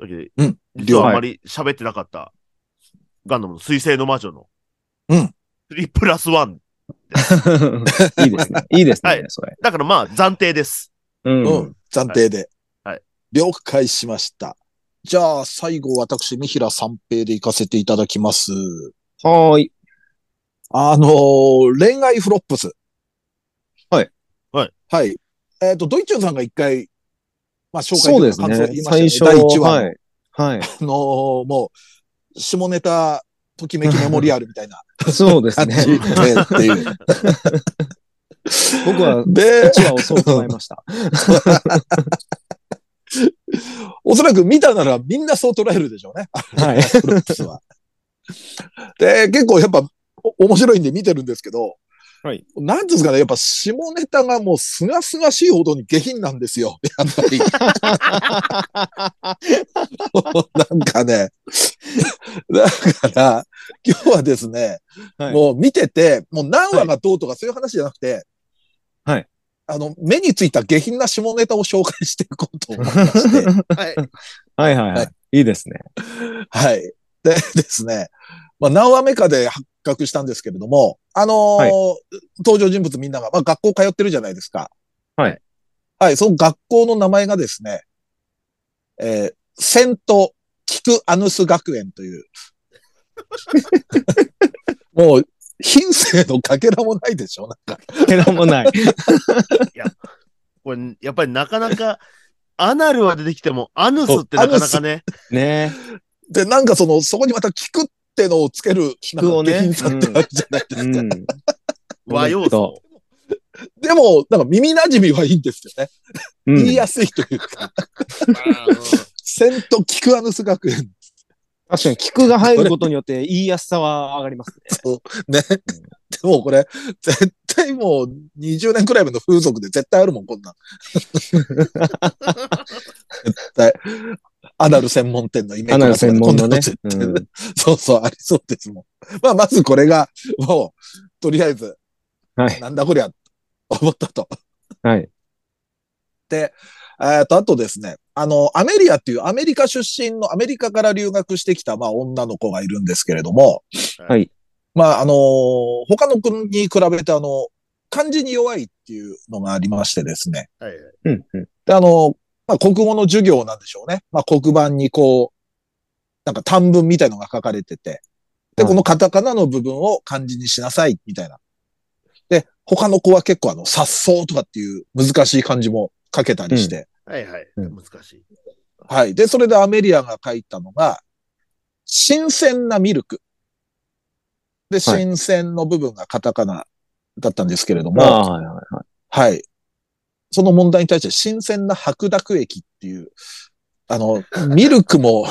というわけで
うん。
実はあ
はい
んまり喋ってなかった、ガンダムの水星の魔女の、
うん。
3プラス1。
いい ですね。いいです
はい
ね、それ。
だからまあ、暫定です。
う。
うんん。暫定で。
はいはい
了解しました。じゃあ、最後、私、三平三平で行かせていただきます。
はーい。
あのー恋愛フロップス。
はい。
はい。
はい。えっ、と、ドイチュンさんが一回、まあ、紹介
そうです
感想を言
ね
い。ま
最
し
初
たね。第1話の。
はい。はい。
あのーもう、下ネタ、ときめきメモリアルみたいな
そうで す
感
ね
じ。で、っていう。
僕は、
で、
1話をそう捉えました。
おそらく見たならみんなそう捉えるでしょうね。
はい。
フロップス は。で、結構やっぱ、お面白いんで見てるんですけど、
はい。
なんていうんですかね、やっぱ下ネタがもうすがすがしいほどに下品なんですよ。 やっぱり。なんかね。 だから、今日はですね、
はい
もう見てて、もう何話がどうとかそういう話じゃなくて、
はい。
あの、目についた下品な下ネタを紹介していこうと思いま して、
はい。
はいはい
は
はいい。いいですね。
はい。で ですね、まあ、何話目かで発覚したんですけれども、あのー
はい
登場人物みんなが、まあ、学校通ってるじゃないですか。
はい。
はい、その学校の名前がですね、えー、セント・キク・アヌス学園という、 もう、品性のかけらもないでしょなんか。
けどもない。
これ、やっぱりなかなか、アナルは出てきても、アヌスってなかなかね、
ね
で、なんかその、そこにまた聞くってのをつける。
聞くをね
なんか下品さってあるじゃないです
う
か。
ん。
和洋
そ
素。
でも、なんか耳馴染みはいいんですよね。
うん。
言いやすいというか、
あー
セント・キクアヌス学園
確かに、聞くが入ることによって言いやすさは上がりますね。
ね。でもこれ、絶対もう20年くらい前の風俗で絶対あるもん、こんなん。絶対。アナル専門店のイメージ。
アナル専門
こ
のね
んなの絶対
うん
そうそう、ありそうですもん。まあ、まずこれが、もう、とりあえず、
はい
なんだこりゃ、思ったと。
はい。
えっと、あとですね、あの、アメリアっていうアメリカ出身のアメリカから留学してきた、まあ、女の子がいるんですけれども、
はい。
まあ、あの他の国に比べて、あの、漢字に弱いっていうのがありましてですね。
はいはい
うん。うん
で、あのまあ、国語の授業なんでしょうね。まあ、黒板にこう、なんか短文みたいのが書かれてて、で、
はい
このカタカナの部分を漢字にしなさい、みたいな。で、他の子は結構あの、殺草とかっていう難しい漢字も書けたりして、
はいはい。
うん
難しい。
はい。で、それでアメリアが書いたのが、新鮮なミルク。で、
はい
新鮮の部分がカタカナだったんですけれども、
ああ、はいはいはい。
はい。その問題に対して、新鮮な白濁液っていう、あ の、ミルクも、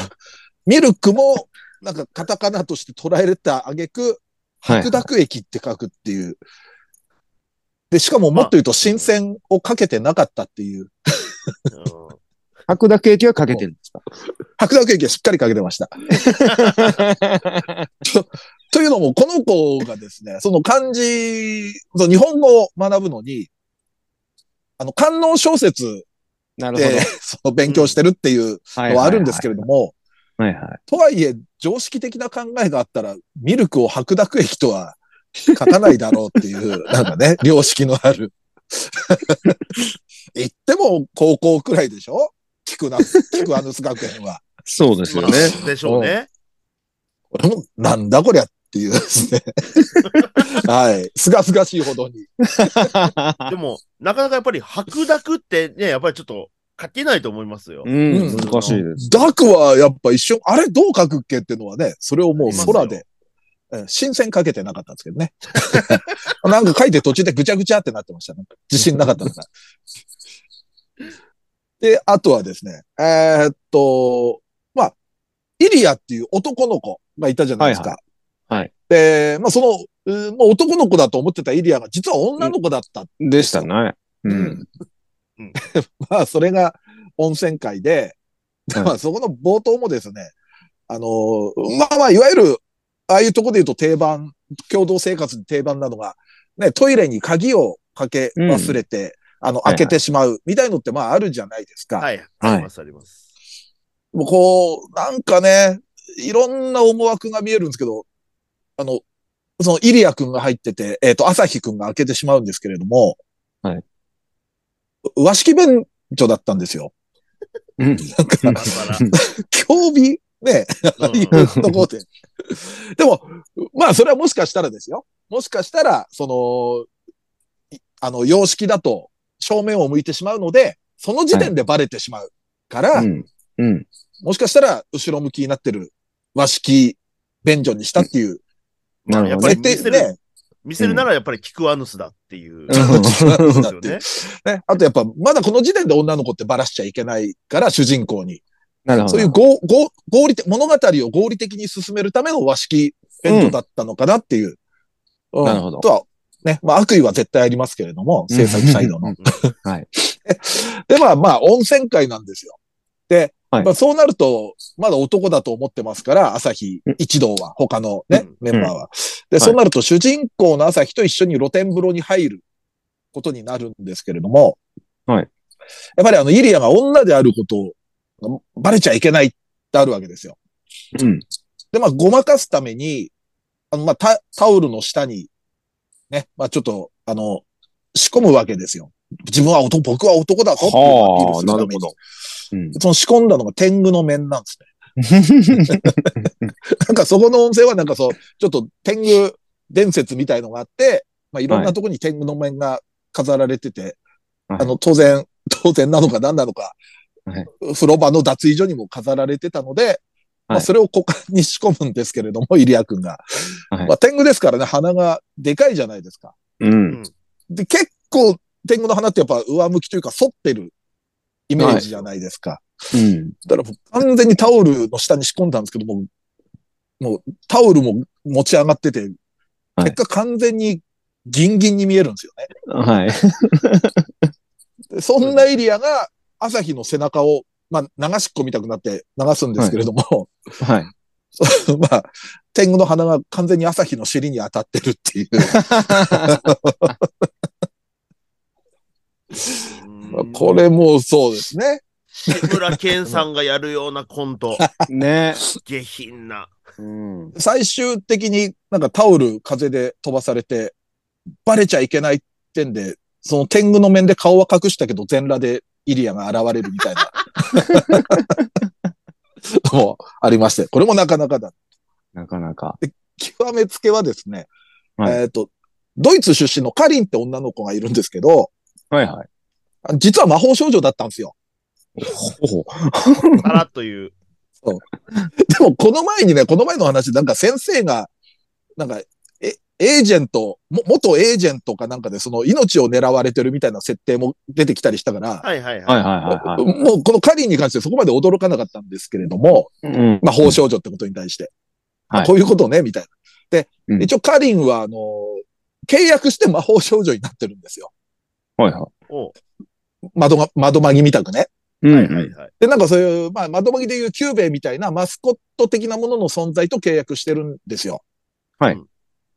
ミルクも、なんかカタカナとして捉えれた挙句、
はい
白濁液って書くっていう。で、しかももっと言うと、新鮮をかけてなかったっていう。
うん
白濁液はかけてるんですか
白濁液はしっかりかけてました。というのも、この子がですね、 その漢字、その日本語を学ぶのに、あの、観音小説
なるほど。
で、 その勉強してるっていう
はい
のはあるんですけ
ど。
れども、
はいはい。
とはいえ、常識的な考えがあったら、ミルクを白濁液とは 書かないだろうっていう、なんか ね、良識のある。 言っても高校くらいでしょ菊な、菊アヌス学園は。
そうですよ
ま
ね。
あでしょうね。
俺も、なんだこりゃっていうです ね。はい。すがすがしいほどに。
でも、なかなかやっぱり白濁ってね、やっぱりちょっと書けないと思いますよ。
うん、難しいです。
ダクはやっぱ一瞬、あれどう書くっけっていうのはね、それをもう空で、え新鮮かけてなかったんですけどね。 なんか書いて途中でぐちゃぐちゃってなってました。なんか自信なかったのか。 で、あとはですね、えーっと、まあ、イリアっていう男の子がいたじゃないですか。
はいはいはい
で、まあその、うーもう男の子だと思ってたイリアが実は女の子だった
でしたね。うん。
まあ、それが温泉会で、
はい
まあ、そこの冒頭もですね、あのー、まあまあ、いわゆる、ああいうとこで言うと定番、共同生活で定番なのが、ね、トイレに鍵をかけ忘れて、あの、
はい
開
はい
けてしまうみたいのって、まあ、あるじゃないですか。
はい。あります、あります。
もうこう、なんかね、いろんな思惑が見えるんですけど、あの、その、イリア君が入ってて、えっ、と、朝日君が開けてしまうんですけれども、
はい。
和式便所だったんですよ。
うん。
なんか、
バラバラ
競技ね、あ
うん
あいうとこで。でも、まあ、それはもしかしたらですよ。もしかしたら、その、いあの、様式だと正面を向いてしまうので、その時点でバレてしまうから、
うん。うん。
もしかしたら後ろ向きになってる和式便所にしたっていう、
まあ
な
や
る
っ
ほ
ぱ
ど
り
設
見
定
せる、
ね
見せるならやっぱりキクアヌスだっていう。
うん
ですよね。
ね。あとやっぱ、まだこの時点で女の子ってバラしちゃいけないから、主人公に。
なるほど。
そういう合合合理的、物語を合理的に進めるための和式弁当だったのかなっていう。うん
なるほど
とは、ね、まあ悪意は絶対ありますけれども、制作サイドの。
はい。
で、まあまあ温泉会なんですよ。で、
はい
まあそうなると、まだ男だと思ってますから、朝日一同は、他のね、メンバーは。で、
い
そうなると主人公の朝日と一緒に露天風呂に入ることになるんですけれども、
はい。
やっぱりあの、イリアが女であることをバレちゃいけないってあるわけですよ。
うん。
で、まあ、ごまかすために、あの、まあ、タ、タオルの下に、ね、まあ、ちょっと、あの、仕込むわけですよ。自分は男、僕は男だぞっていうのをアピールするために。
うん。
その仕込んだのが天狗の面なんですね。なんかそこの温泉はなんかそう、ちょっと天狗伝説みたいのがあって、まあいろんなとこに天狗の面が飾られてて、
はい
あの当然、当然なのか何なのか、
はい
風呂場の脱衣所にも飾られてたので、まあ
はい
それを股間に仕込むんですけれども、イリア君が。
はい
まあ天狗ですからね、鼻がでかいじゃないですか。
うん。
で、結構天狗の鼻ってやっぱ上向きというか反ってるイメージじゃないですか。
うん。
だからもう完全にタオルの下に仕込んだんですけども、もうタオルも持ち上がってて、
はい
結果完全にギンギンに見えるんですよね。
はい。
でそんなエリアが朝日の背中を、まあ流しっこみたくなって流すんですけれども、
はい。
まあ天狗の鼻が完全に朝日の尻に当たってるっていう、まあこれもうそうですね。
志村けんさんがやるようなコント。
ね。
下品な。
うん。
最終的になんかタオル風で飛ばされて、バレちゃいけないってんで、その天狗の面で顔は隠したけど全裸でイリアが現れるみたいな。 もうありまして。これもなかなかだ。
なかなか。
極めつけはですね、
はい
えっ、と、ドイツ出身のカリンって女の子がいるんですけど、
はいはい。
実は魔法少女だったんですよ。
ほ
あらという。
でもこの前にね、この前の話、なんか先生が、なんか、え、エージェント、も、元エージェントかなんかでその命を狙われてるみたいな設定も出てきたりしたから、
はいはい
は
はい。
はいはいは
もうこのカリンに関してそこまで驚かなかったんですけれども、
い。うん。
まあ、法少女ってことに対して。ま
はい
あこういうことね、みたいな。で、
うん
一応カリンは、あの、契約して魔法少女になってるんですよ。
はいはい
おう
窓が、窓まぎみたくね。
い。
はいはいはい。
で、なんかそういう、まあ、窓まぎでいうキューベイみたいなマスコット的なものの存在と契約してるんですよ。
はい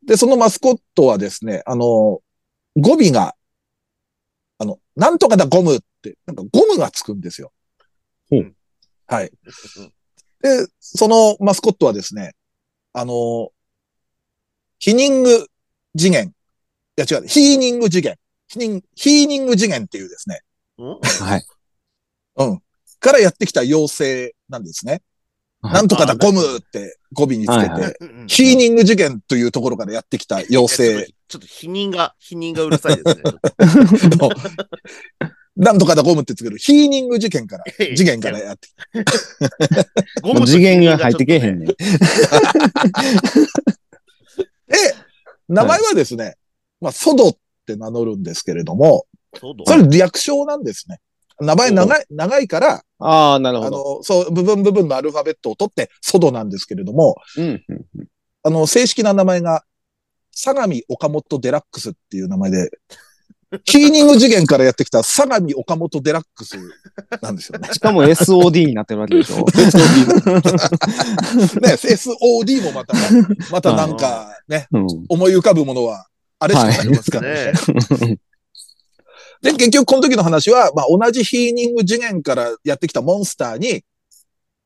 で、そのマスコットはですね、あの、語尾が、あの、なんとかだゴムって、なんかゴムがつくんですよ。
ほう
はい。で、そのマスコットはですね、あの、ヒニング次元。いや違う、ヒーニング次元。ヒニンヒーニング次元っていうですね、
うん
はい。
うん。からやってきた妖精なんですね。
はい
なんとかだゴムって語尾につけ
は
て、
いはい
うんうん
ヒーニング事件というところからやってきた妖精
ちょっと否認が、否認がうるさいですね。
の、なんとかだゴムってつける、ヒーニング事件から、 事件からやってき
ゴム
も
と
う次元が入ってけえへんねん。
て、名前はですね、まあ、ソドって名乗るんですけれども、
そうだ
それ略称なんですね。名前長い、長いから、
ああ、なる
あ
ほど。
の、そう、部分部分のアルファベットを取って、ソドなんですけれども、
うん。
あの、正式な名前が、相模岡本デラックスっていう名前で、ヒーニング事件からやってきた相模岡本デラックスなんです よね。
しかも SOD になってるわけで しょ。
ね、SOD もまたね、またなんかね、
うん。
思い浮かぶものは、あれしかありますからね。
ね。
で、結局この時の話は、まあ、同じヒーニング次元からやってきたモンスターに、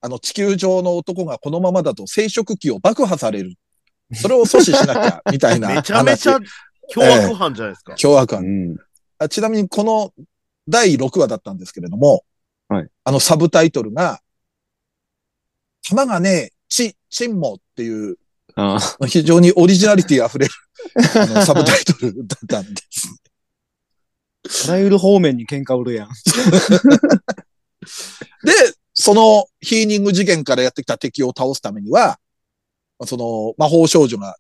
あの、地球上の男がこのままだと生殖器を爆破される。それを阻止しなきゃ、みたいな話。
めちゃめちゃ凶悪犯じゃないですか。
凶悪
う
犯。
ん。
あちなみにこの第6話だったんですけれども、
はい
あのサブタイトルが、玉がね、ち、ちんもっていう、
あ
非常にオリジナリティ溢れるあ のサブタイトルだったんです。
あらゆる方面に喧嘩売るやん。
で、そのヒーニング事件からやってきた敵を倒すためには、その魔法少女が、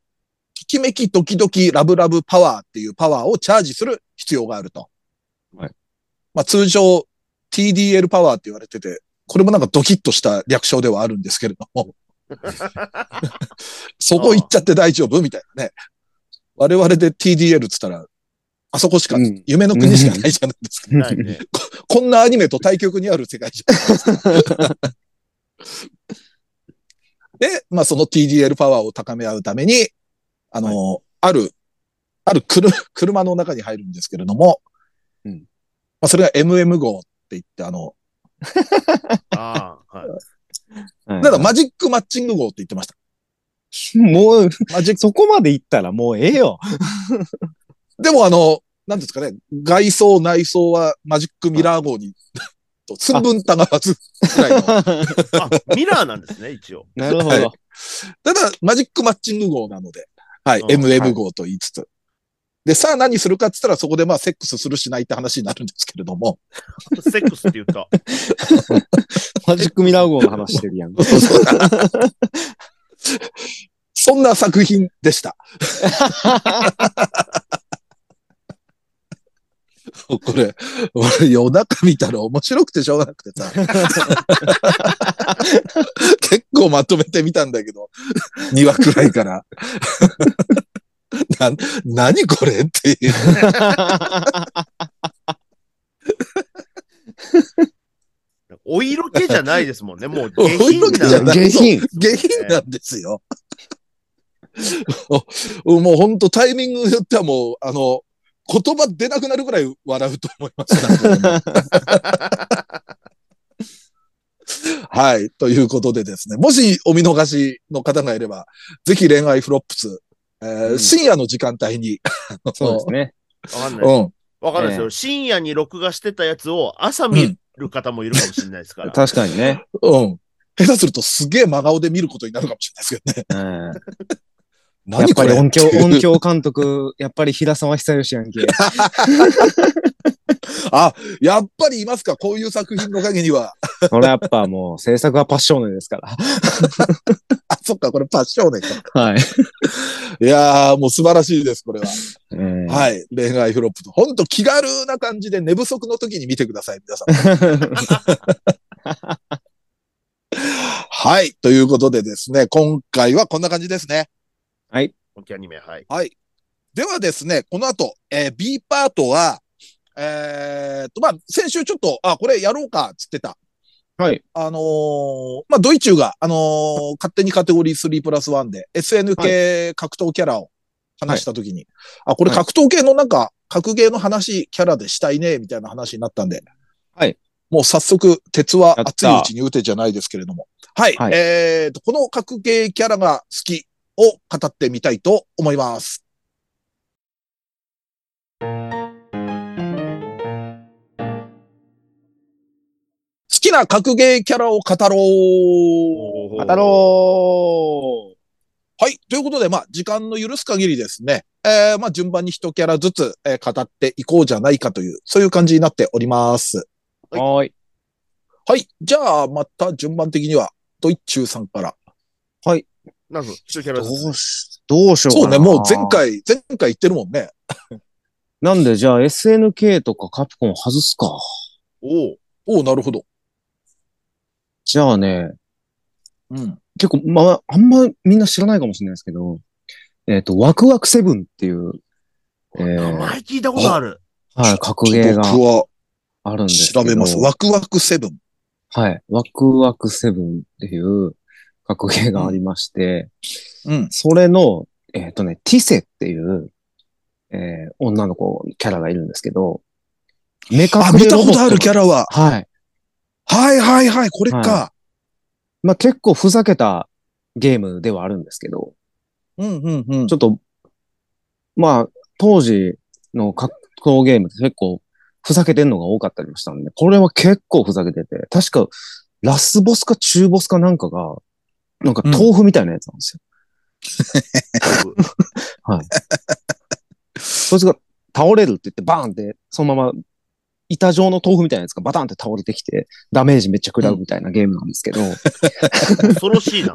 ときめきドキドキラブラブパワーっていうパワーをチャージする必要があると。
はい
まあ通常 TDL パワーって言われてて、これもなんかドキッとした略称ではあるんですけれど も。そこ行っちゃって大丈夫みたいなね。我々で TDL っつったら、あそこしか、
うん
夢の国しかないじゃないですか。
ないね。
こんなアニメと対極にある世界じゃない ですか。で、まあその TDL パワーを高め合うために、あの、ある、ある車車の中に入るんですけれども、
うん
まあそれが MM 号って言って、あの、
ああ、はい。
はい
ただマジックマッチング号って言ってました。
もう、
マジック、
そこまで行ったらもうええよ。
でもあの、なんですかね、外装内装はマジックミラー号に と、寸分たがわずくらいの。
あ、ミラーなんですね、一応。
なるほ
はい
ど。
ただ、マジックマッチング号なので、はい、
うん
MM 号と言いつつ。で、さあ何するかって言ったら、そこでまあ、セックスするしないって話になるんですけれども。
セックスって言った。
マジックミラー号の話してるやん。
そんな作品でした。 これ、俺夜中見たら面白くてしょうがなくてさ。 結構まとめてみたんだけ ど、2話くらいから。 な、 何これっていう。
お色気じゃないですもんね、もう下
お
品
色気じゃ
な
ない。
下品。
下品なんですよ。 おもう本当タイミングによってはもう、あの、言葉出なくなるぐらい笑うと思いますなんかもう。 はい。ということでですね。もしお見逃しの方がいれば、ぜひ恋愛フロップス、えー
うん
深夜の時間帯に。
そうですね。
わかんない。
うん。
わかんないです
え
よ。深夜に録画してたやつを朝見る方もいるかもしれないです から。
確かにね。
うん。下手するとすげえ真顔で見ることになるかもしれないですけどね。
うんやっ
何こ
ぱり
れ
音響
って、いう
音響監督、やっぱり平沢久義や んけ。
あ、 やっぱりいますかこういう作品の陰には。
これやっぱもう制作はパッションですから。
あ、そっか、これパッションね。
はい。
いやー、もう素晴らしいです、これは。
うん
はい。恋愛フロップと。ほんと気軽な感じで寝不足の時に見てください、皆さん。 はい。ということでですね、今回はこんな感じですね。
本気アニメ、はい。
ではですね、この後、えー B パートは、えーっと、まあ、先週ちょっと、あ、これやろうか、つってた。
はい。
あのーまあ、ドイチューが、あのー勝手にカテゴリー3プラス1で SN 系格闘キャラを話したときに、あ、これ
はい
格闘系のなんか、格ゲーの話、キャラでしたいね、みたいな話になったんで。
はい。
もう早速、鉄は
やった
熱いうちに打てじゃないですけれども。はい。
はい
えーっと、この格ゲーキャラが好きを語ってみたいと思います。好きな格ゲーキャラを語ろう。
お
またろう
はい。ということで、まあ、時間の許す限りですね、えー、まあ、順番に一キャラずつ、えー語っていこうじゃないかという、そういう感じになっております。
はーい。
はい。じゃあ、また順番的には、ドイッチューさんから。
なんぞ、一キャラ
ど
です。
うし、どうしよう
そう
か
ね、
な。
もう前。回、前回言ってるもんね。
なんでじゃあ SNK とかカプコン外すか。
おう
おおなるほど。
じゃあね、
うん。
結構、まあ、あんまみんな知らないかもしれないですけど、えっ、と、ワクワクセブンっていう、えー
名前聞いたことある。
はい、格ゲーが
僕は
あるんですけど。
調べます。ワクワクセブン。
はい。ワクワクセブンっていう格ゲーがありまして、
うん。
それの、えっ、とね、ティセっていう、えー女の子、キャラがいるんですけど、メカ
あ、見たことあるキャ
ラ
ラは。
はい。
はいはいはい、これか。
はまあ、結構ふざけたゲームではあるんですけど、
うんうんうん
ちょ。っと、まあ、当時の格闘ゲームって結構ふざけてんのが多かったりもしたんで、これは結構ふざけてて、確かラスボスか中ボスかなんかが、なんか豆腐みたいなやつなんですよ。そいつが倒れるって言ってバーンって、そのまま板状の豆腐みたいなやつがバタンって倒れてきて、ダメージめっちゃ食らうみたいなゲームなんですけど、
恐ろしいな。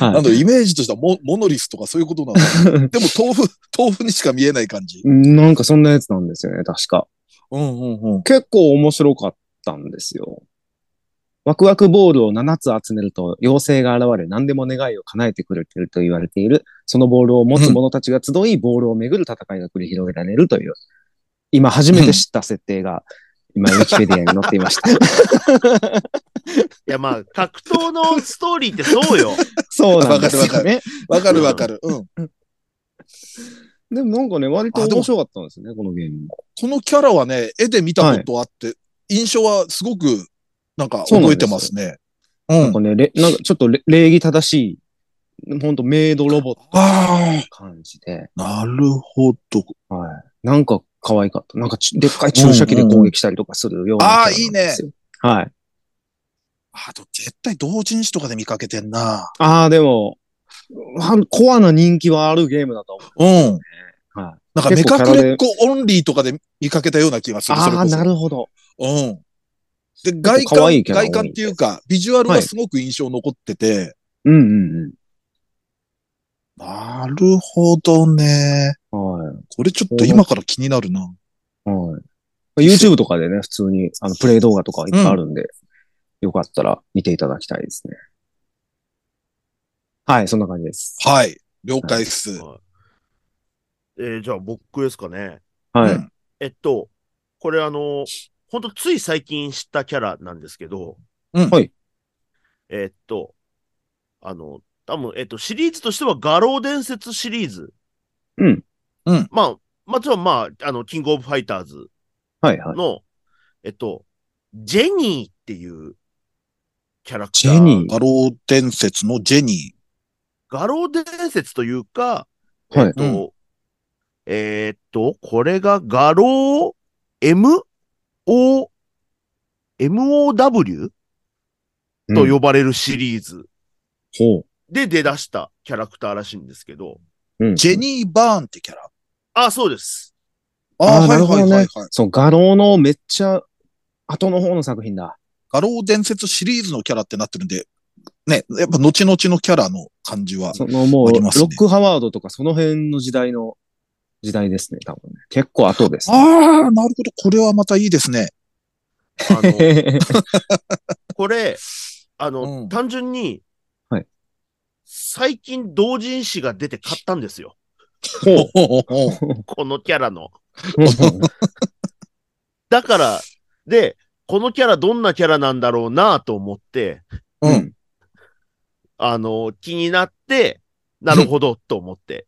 なんだろうイメージとしてはモモノリスとかそういうことな のでも豆腐、豆腐にしか見えない感じ。
なんかそんなやつなんですよね、確か。
うんうんうん。
結構面白かったんですよ。ワクワクボールを7つ集めると妖精が現れ何でも願いを叶えてくれてると言われている、そのボールを持つ者たちが集い、ボールをめぐる戦いが繰り広げられるという、今初めて知った設定が、今ウィキペディアに載ってい ました。
いや、まあ、格闘のストーリーってそうよ。
そうなんです
わかるわか
よね。
わかるわかる。うん。
でもなんかね、割と
あでも
面白かったんですよね、このゲームも。
このキャラはね、絵で見たことあって、印象はすごく、なんか覚えてますね。う
なん
ん。
かね、れなんかちょっとれ礼儀正しい、ほんとメイドロボット
あ
感じで、
あ、なるほど。
はい。なんか可愛かった。なんかちでっかい注射器で攻撃したりとかするよう
う
な
んうん
キャラなんですよ。はい。
あと、絶対同人誌とかで見かけてんな。
ああ、でも、はコアな人気はあるゲームだと思
うん。
う。はい。
なんかメカクレッコオンリーとかで見かけたような気がする。それ
ああ、
こそ
なるほど。
うん。で、外
結構可
観、
愛いキャラが多
外
い
観っていうか、ビジュアルがすごく印象残ってて、
うんうん
なるほどね。
うん。はい。
これちょっと今から気になるな。
はい。YouTube とかでね、普通に、あの、プレイ動画とかいっぱいあるんで、よかったら見ていただきたいですね。はい、そんな感じです。
はい。了解っす。
えーじゃあ僕ですかね。
はい。
うん
えっと、これあの、ほんとつい最近知ったキャラなんですけど、
うん
はい。
えっと、あの、多分、えっと、シリーズとしては画廊伝説シリーズ。
うん。
うん。
まあ、まあ、ちろんまあ、あの、キングオブファイターズ
はい、はい。
の、えっと、ジェニーっていうキャラクター。
ジェニー
画廊伝説のジェニ
画廊伝説というか、
はい
えっと、
う
えーっと、これが画廊 M O M O W と呼ばれるシリーズ
ほ
で出だしたキャラクターらしいんですけど、
う。うん
ー。ジェニー・バーンってキャラ。
あ、そうです。
あ
あ
あ、は
ーないる
は
ほ
い
ど
はいは
ね
い。。
そう、画廊のめっちゃ、後の方の作品だ。
画廊伝説シリーズのキャラってなってるんで、ね、やっぱ後々のキャラの感じは。
そのもう、
あり
ロ
ますね
ックハワードとかその辺の時代の、時代ですね、多分ね。結構後です、
あ
ね。
あ、なるほど。これはまたいいです ね。
あの、これ、あ
う
の、
ん
単純に、
はい
最近同人誌が出て買ったんですよ。
ほう
おうおう
このキャラの。
うん
だから、で、このキャラどんなキャラなんだろうなと思って、
うん
うん
あの、気になって、なるほど、と思って。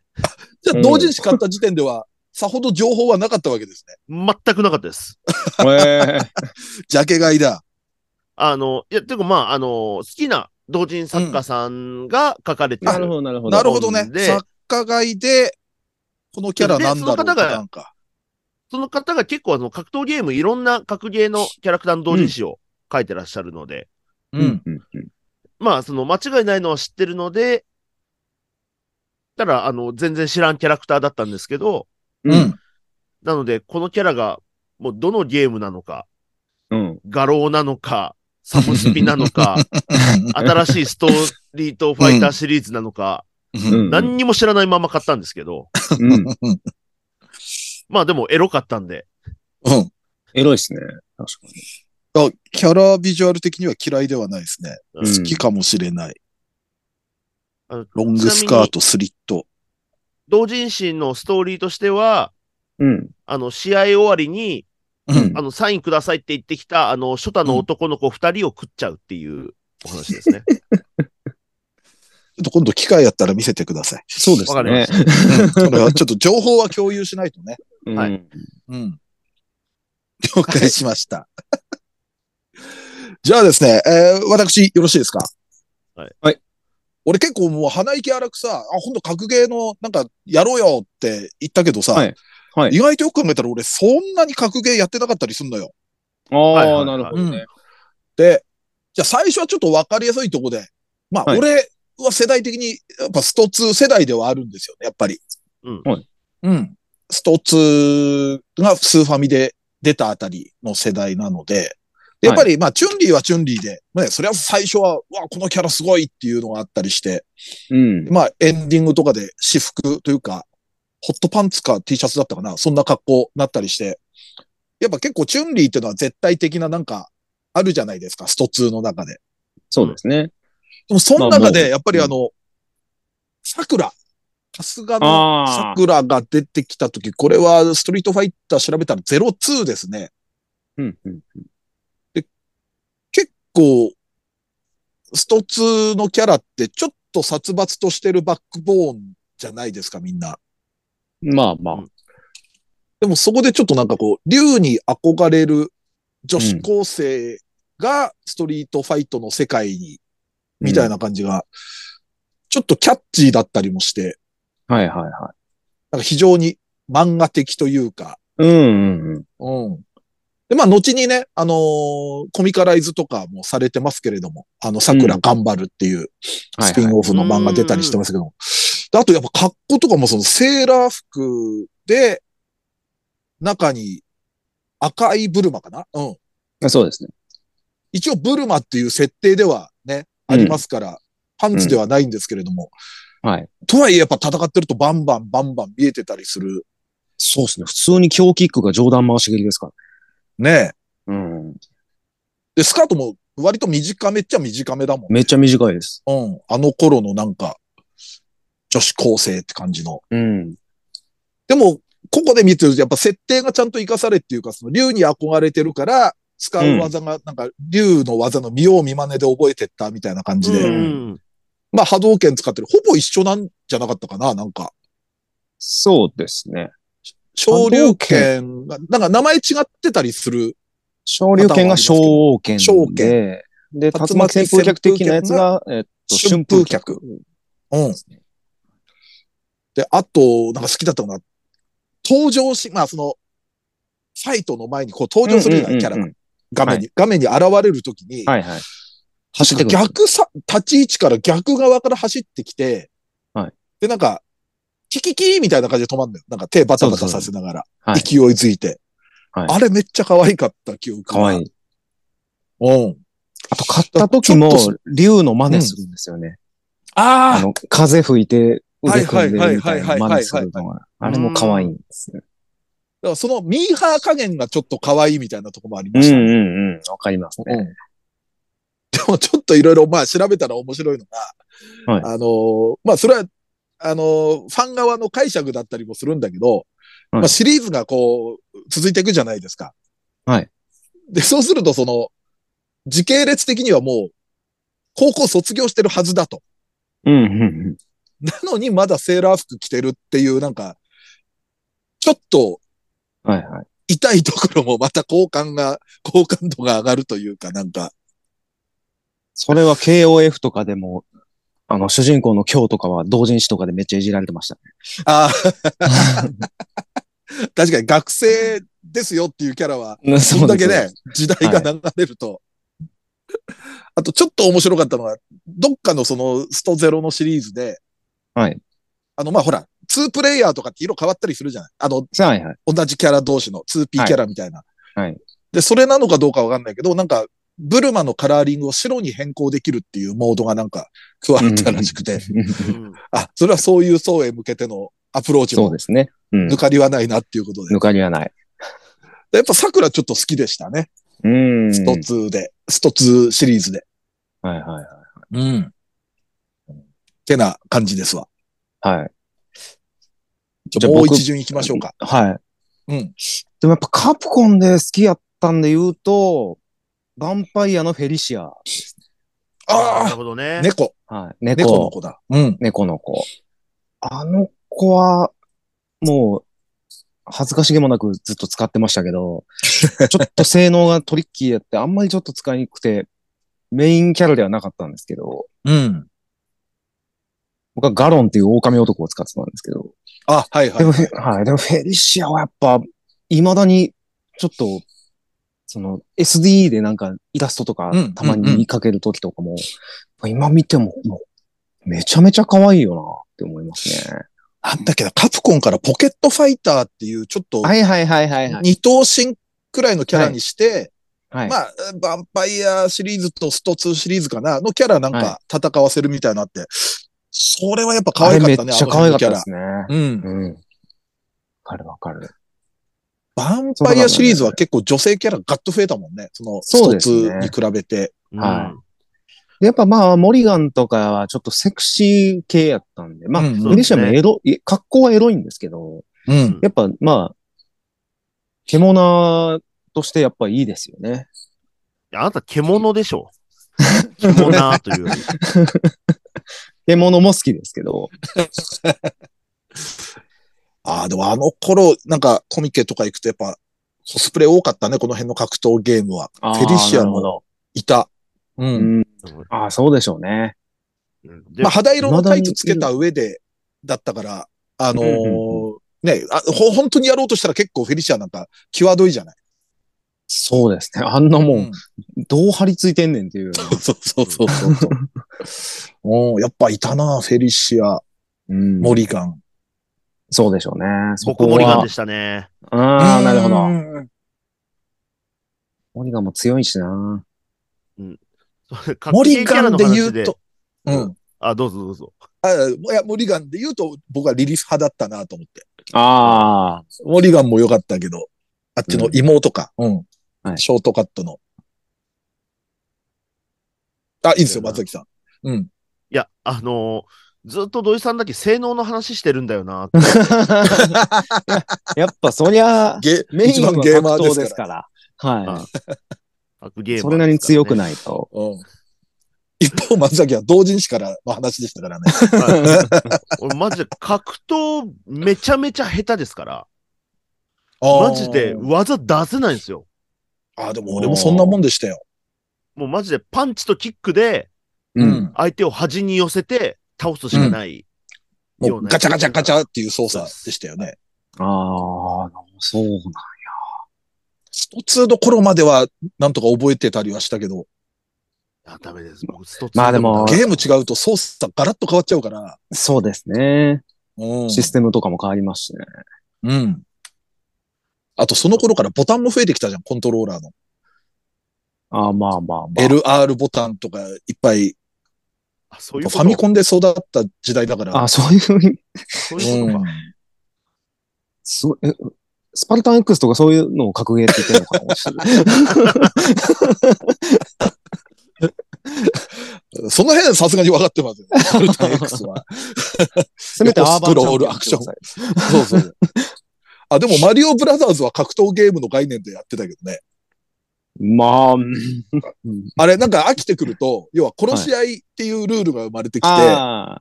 じゃあ、同人誌買った時点では、さほど情報はなかったわけですね。
全くなかったです。
ええ
ジャケ買いだ。
あの、いや、てかまあ、あの、好きな同人作家さんが書かれてる。
なるほど、なるほど。
なるほどね。
で
作家買いで、このキャラな
で
んだろう
その
と
方が
なんか。
その方が結構あの、格闘ゲーム、いろんな格ゲーのキャラクターの同人誌を書いてらっしゃるので、
う
うんん。。うんうん
まあ、その、間違いないのは知ってるので、ただ、あの、全然知らんキャラクターだったんですけど、
う
うん
ん。
なので、このキャラが、もうどのゲームなのか、
うん。
画廊なのか、サムスピなの か、新しいストーリーとファイターシリーズなのか、
うん。
何にも知らないまま買ったんですけど、
うん。
まあでもエロかったんで、
うん。
エロいっすね。確かに。
あ、キャラビジュアル的には嫌いではないですね。
うん
好きかもしれない。
あの
ロングスカート、スリット。
同人誌のストーリーとしては、
うん。
あの、試合終わりに、
うん
あの、サインくださいって言ってきた、あの、初太の男の子二人を食っちゃうっていうお話です ね。
ちょっと今度機会やったら見せてく ださい。
そうで
わ
す
かりま
ね
し。
これはちょっと情報は共有しないとね。
う
はい
ん。
うん。了解しました。 じゃあですね、えー私、よろしいですか
はい。
はい。
俺結構もう鼻息荒くさ、あ、今度格ゲーのなんかやろうよって言ったけどさ、
はいはい
意外とよく考えたら俺そんなに格ゲーやってなかったりすんのよ。
はいは
あ
い
あ、なるほどね。
で、じゃあ最初はちょっとわかりやすいとこで、まあ、
はい
俺は世代的にやっぱスト2世代ではあるんですよね、やっぱり。
うん
はい
うん。スト2がスーファミで出たあたりの世代なので、でやっぱりまあ、チュンリーはチュンリーで、ね、それは最初は、うわ、このキャラすごいっていうのがあったりして、
うん。
まあ、エンディングとかで私服というか、ホットパンツか T シャツだったかな、そんな格好になったりして、やっぱ結構チュンリーっていうのは絶対的ななんか、あるじゃないですか、スト2の中で。
そうですね。
でも、その中
まあも
で、
う
やっぱり
うん
あの、桜、春日の
ああ。
桜が出てきたとき、これはストリートファイター調べたら02ですね。
うん。うん
結構、スト2のキャラってちょっと殺伐としてるバックボーンじゃないですか、みんな。
まあまあ。
でもそこでちょっとなんかこう、竜に憧れる女子高生がストリートファイトの世界に、みたいな感じが、ちょっとキャッチーだったりもして、
はいはいは
なんか非常に漫画的というか、
い。うんうんうん。
うん。で、まあ、後にね、あのーコミカライズとかもされてますけれども、あの、桜頑張るっていうスピンオフの漫画出たりしてますけども。であと、やっぱ格好とかもそのセーラー服で、中に赤いブルマかなうん。
そうですね。
一応ブルマっていう設定ではね、ありますから、パンツではないんですけれども、
はい。
とはいえやっぱ戦ってるとバンバンバンバン見えてたりする。
そうですね。普通に強キックが上段回し蹴りですか
ねえ
ら。うん。
で、スカートも割と短めっちゃ短めだもん。
めっちゃ短いです。
うん。あの頃のなんか、女子高生って感じの。
うん。
でも、ここで見てるとやっぱ設定がちゃんと活かされっていうか、その竜に憧れてるから、使う技が、なんか、竜の技の見よう見真似で覚えてったみたいな感じで。
うん
まあ、波動拳使ってる。ほぼ一緒なんじゃなかったかななんか。
そうですね。
昇竜拳が、なんか名前違ってたりする。
昇竜拳が小王拳で。
小王拳
で、
竜
竜
巻旋
巻旋
風
風
脚
脚
的
的
なや
なや
つ
つ
が
が、えっと、
春
春
風
風
脚
脚。
うん。
ね
で、あと、なんか好きだったのが、登場し、まあその、ファイトの前にこう登場するじゃない、キャラが。画面に、画面に現れるときに、
はいはい。
走
走ってくる
逆さ、立ち位置から逆側から走ってきて、
はい
で、なんか、キキキーみたいな感じで止まるのよ。なんか手バタバタさせながら、
はい
勢いづいて。
はい
あれめっちゃ可愛かった記憶が。
かわいい。
うん。
あと、買った時も
ちょっ、
竜の真似するんですよね。あ
あ
の、風吹いて、腕組んでるみた
はいははいはい
いない
はいはい
真似するのが。あれも可愛いんですね。
あそのミーハー加減がちょっと可愛いみたいなとこもあり
う
ま
ん
したね。
うんうん。わかります
うん
ね。
でもちょっといろいろ、まあ調べたら面白いのが、
はい
あのーまあそれは、あのーファン側の解釈だったりもするんだけど、まあシリーズがこう、続いていくじゃないですか。
はい。
で、そうするとその、時系列的にはもう、高校卒業してるはずだと。
うんうんうん。
なのにまだセーラー服着てるっていう、なんか、ちょっと
はいはい。
痛いところもまた好感が、好感度が上がるというか、なんか、
それは KOF とかでも、あの、主人公の今日とかは同人誌とかでめっちゃいじられてましたね。
ああ、確かに学生ですよっていうキャラは、
うん
そんだけ。
そう
ね
です、
時代が流れると。あと、ちょっと面白かったのは、どっかのその、ストゼロのシリーズで、
はい。
あの、まあ、ほら、ツープレイヤーとかって色変わったりするじゃないあの、
はいはい。
同じキャラ同士の 2P キャラみたいな。
はいはい
で、それなのかどうかわかんないけど、なんか、ブルマのカラーリングを白に変更できるっていうモードがなんか加わったらしくて、
うん
あ、それはそういう層へ向けてのアプローチ
そう
も
ですね。うん
抜。かりはないなっていうことで。
抜かりはない。
やっぱ桜ちょっと好きでしたね。
うん。
スト2で、スト2シリーズで。
はいはい
うん。ってな感じですわ。
はい。はい。
じ
じ
ゃあ
ゃあ
もう
僕
一巡行きましょうか。
は
う
い。
ん。
でもやっぱカプコンで好きやったんで言うと、ヴァンパイアのフェリシア。
なる
あ
ほど
あ
ね。
猫。
はい。
猫の
猫。
子だ。うん。
猫の子。あの子は、もう、恥ずかしげもなくずっと使ってましたけ ど、ちょっと性能がトリッキーやって、あんまりちょっと使いにくくて、メインキャラではなかったんですけど、
うん。
僕はガロンっていう狼男を使ってたんですけど、
あ、はいは
で
い
も、。はい、でもフェリシアはやっぱ、未だに、ちょっと、その、SD でなんかイラストとか
うん、
たまに見かける時とかも、今見ても、もうめちゃめちゃ可愛いよなって思いますね。
なんだっけど、カプコンからポケットファイターっていうちょっと
はいはいはいはいはい。
二等身くらいのキャラにして、
はい。
まあ、ヴァンパイアシリーズとスト2シリーズかな、のキャラなんか戦わせるみたいなのあって、それはやっぱ可愛かった
あれ
ね、
めっちゃ可愛かった
あ
で
の辺の
すね。
キャラ。うん。
うん。わかるわかる。
ヴァンパイアシリーズは結構女性キャラガッと増えたもんね。その、ス
そう
ト
です
2
ね
に比べて。
うん
はでやっぱまあ、モリガンとかはちょっとセクシー系やったんで、まあ、
うん
フェリシアもエロ、い格好はエロいんですけど、
うん。
やっぱまあ、獣としてやっぱいいですよね。
あなた獣でしょ。獣というより。
獣も好きですけど、
ああ、でもあの頃、なんかコミケとか行くとやっぱ、コスプレ多かったね、この辺の格闘ゲームは。フェリシアも
も。
いた。う。
うんん。ああ、そうでしょうね。
で
まあ、肌色のタイツつけた上で、だったから、あのー
うん
ねあほ、本当にやろうとしたら結構フェリシアなんか、際どいじゃない。
そうですね。あんなも
うん
ん、どう張り付いてんねんっていう。
そうそうそうそうそう。 おやっぱいたな、フェリシア、
うん、
モリガン。
そうでしょうね。そこ
僕、
は
モリガンでしたね。
ああ、なるほど。
ど。
モリガンも強いしな。
モリガンで言う。
格闘系キャラの話
と、うん。
あ、どうぞどうぞ。
あいや、モリガンで言うと、僕はリリス派だったなと思って。
ああ、
モリガンも良かったけど、あっちの妹か。うん。
はい
ショートカットの。あ、いいですよ、松崎さん。うん。
いや、あのーずっと土井さんだけ性能の話してるんだよなって。
やっぱそりゃ、
ゲ
メイ
一
ンは
番
格
ゲーマーで
闘
す
で
か
す
ら。
から。は
格ゲー
い。
ム、
それなりに強く
い。
ないと。
うん。一方、松崎は同人誌からの話でしたからね。
俺、マジで格闘めちゃめちゃ下手ですから、
あー
マジで技出せないんですよ。
あー、でも俺もそんなもんでしたよ。
もうマジでパンチとキックで
う
うんん。
相手を端に寄せて倒すしかない。
もうガチャガチャガチャっていう操作でしたよね。
ああ、そうなん
スト2の頃まではなんとか覚えてたりはしたけど、
あダメです。僕スト2
まあでも
ゲーム違うと操作ガラッと変わっちゃうから。
そうですね。
うん。
システムとかも変わりますしね。
うん。あとその頃からボタンも増えてきたじゃん、コントローラーの。
ああ、まあまあまあ。
LR ボタンとかいっぱい、
あそうい
フ
うこと
ァミコンで育った時代だから。
ああ、そういうふうに。
そういうこ
う
と
ん
か。。
そうえスパルタン X とかそういうのを格ゲーって言ってるのかなもしかして
その辺さすがに分かってますよ。アルタ X は。
せめてアーバンチャンピオンって言ってください
そうそう。あ、でもマリオブラザーズは格闘ゲームの概念でやってたけどね。
まあ、うん
あれ、なんか飽きてくると、要は殺し合いっていうルールが生まれてきて、
ああ、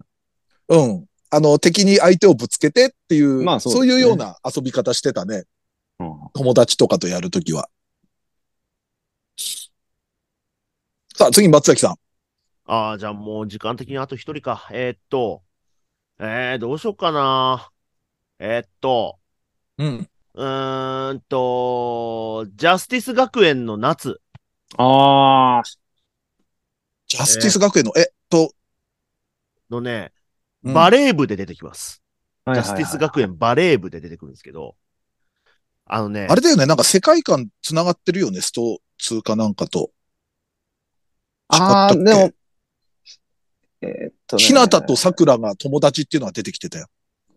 うん。あの、敵に相手をぶつけてっていう、
まあ
そ
そううです
い
ね
うような遊び方してたね。
うん
友達とかとやるときは。さあ、次、松崎さん。
ああ、じゃあもう時間的にあと一人か。えーっと、えー、どうしようかな。えーっと、
うん。
うーんと、ジャスティス学園の夏。
ああ、
ジャスティス学園の、えっと、
のね、
うん
バレー部で出てきます。
はいはいはい
ジャスティス学園バレー部で出てくるんですけど、あのね
あ、れだよね、なんか世界観繋がってるよね、スト2かなんかと。
あ
違
あ、
ったっ
で
け
も、えーっとね。
ひなたと桜が友達っていうのが出てきてたよ。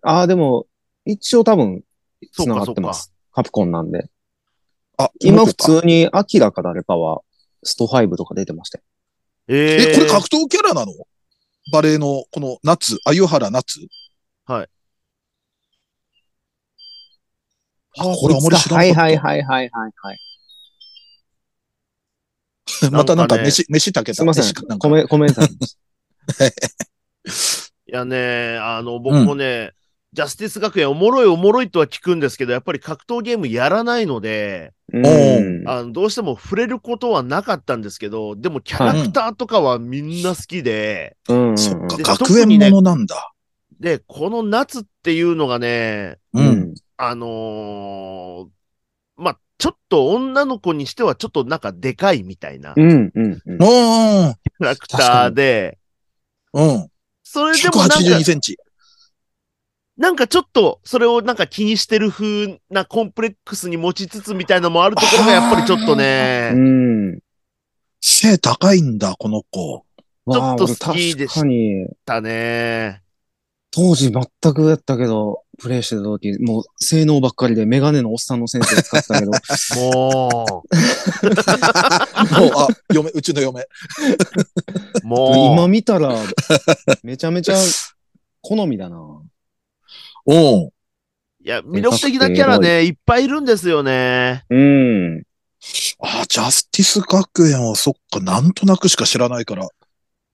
ああ、でも、一応多分、
そう
繋
か
がってま
そ
す。カプコンなんで。
あ、
今普
この子か。
通に、アキラか誰かは、スト5とか出てましたよ。
えー
え、これ格闘キャラなのバレーの、この夏、鮎原夏
はい。
あ、これあまり知ら
は
ないかった。
はいはいはいはいはい。
またなん
な
か
んかね
飯、飯炊けた。
すいませ
飯
ん
かな。か
コメ、コメ ント。
いやね、あの、僕もね、ジャスティス学園おもろいおもろいとは聞くんですけど、やっぱり格闘ゲームやらないので、
うん。
あのどうしても触れることはなかったんですけど、でもキャラクターとかはみんな好きで、
うん。
そっか、
で
学園ものなんだ。
で、この夏っていうのがね、
う
うん。
ん。
あのーまあ、ちょっと女の子にしてはちょっとなんかでかいみたいなキ
うん。うん。うん
うん。
ャラクターで、
うん。
それでもなん
182
か、
センチ。
なんかちょっとそれをなんか気にしてる風なコンプレックスに持ちつつみたいのもあるところがやっぱりちょっと
う
ね、
ん。
背高いんだ、この子。
ょっと好き
で
でし
確かに、
だ ね。
当時全くやったけど、プレイしてた時、もう性能ばっかりでメガネのおっさんの先生使ってたけ ど、
も
もう、あ、嫁、うちの嫁。
う、も
今
う、
見たら、めちゃめちゃ好みだな。
うん。
いや、魅力的なキャラね、いっぱいいるんですよね。
うん。
あ、ジャスティス学園はそっか、なんとなくしか知らないから。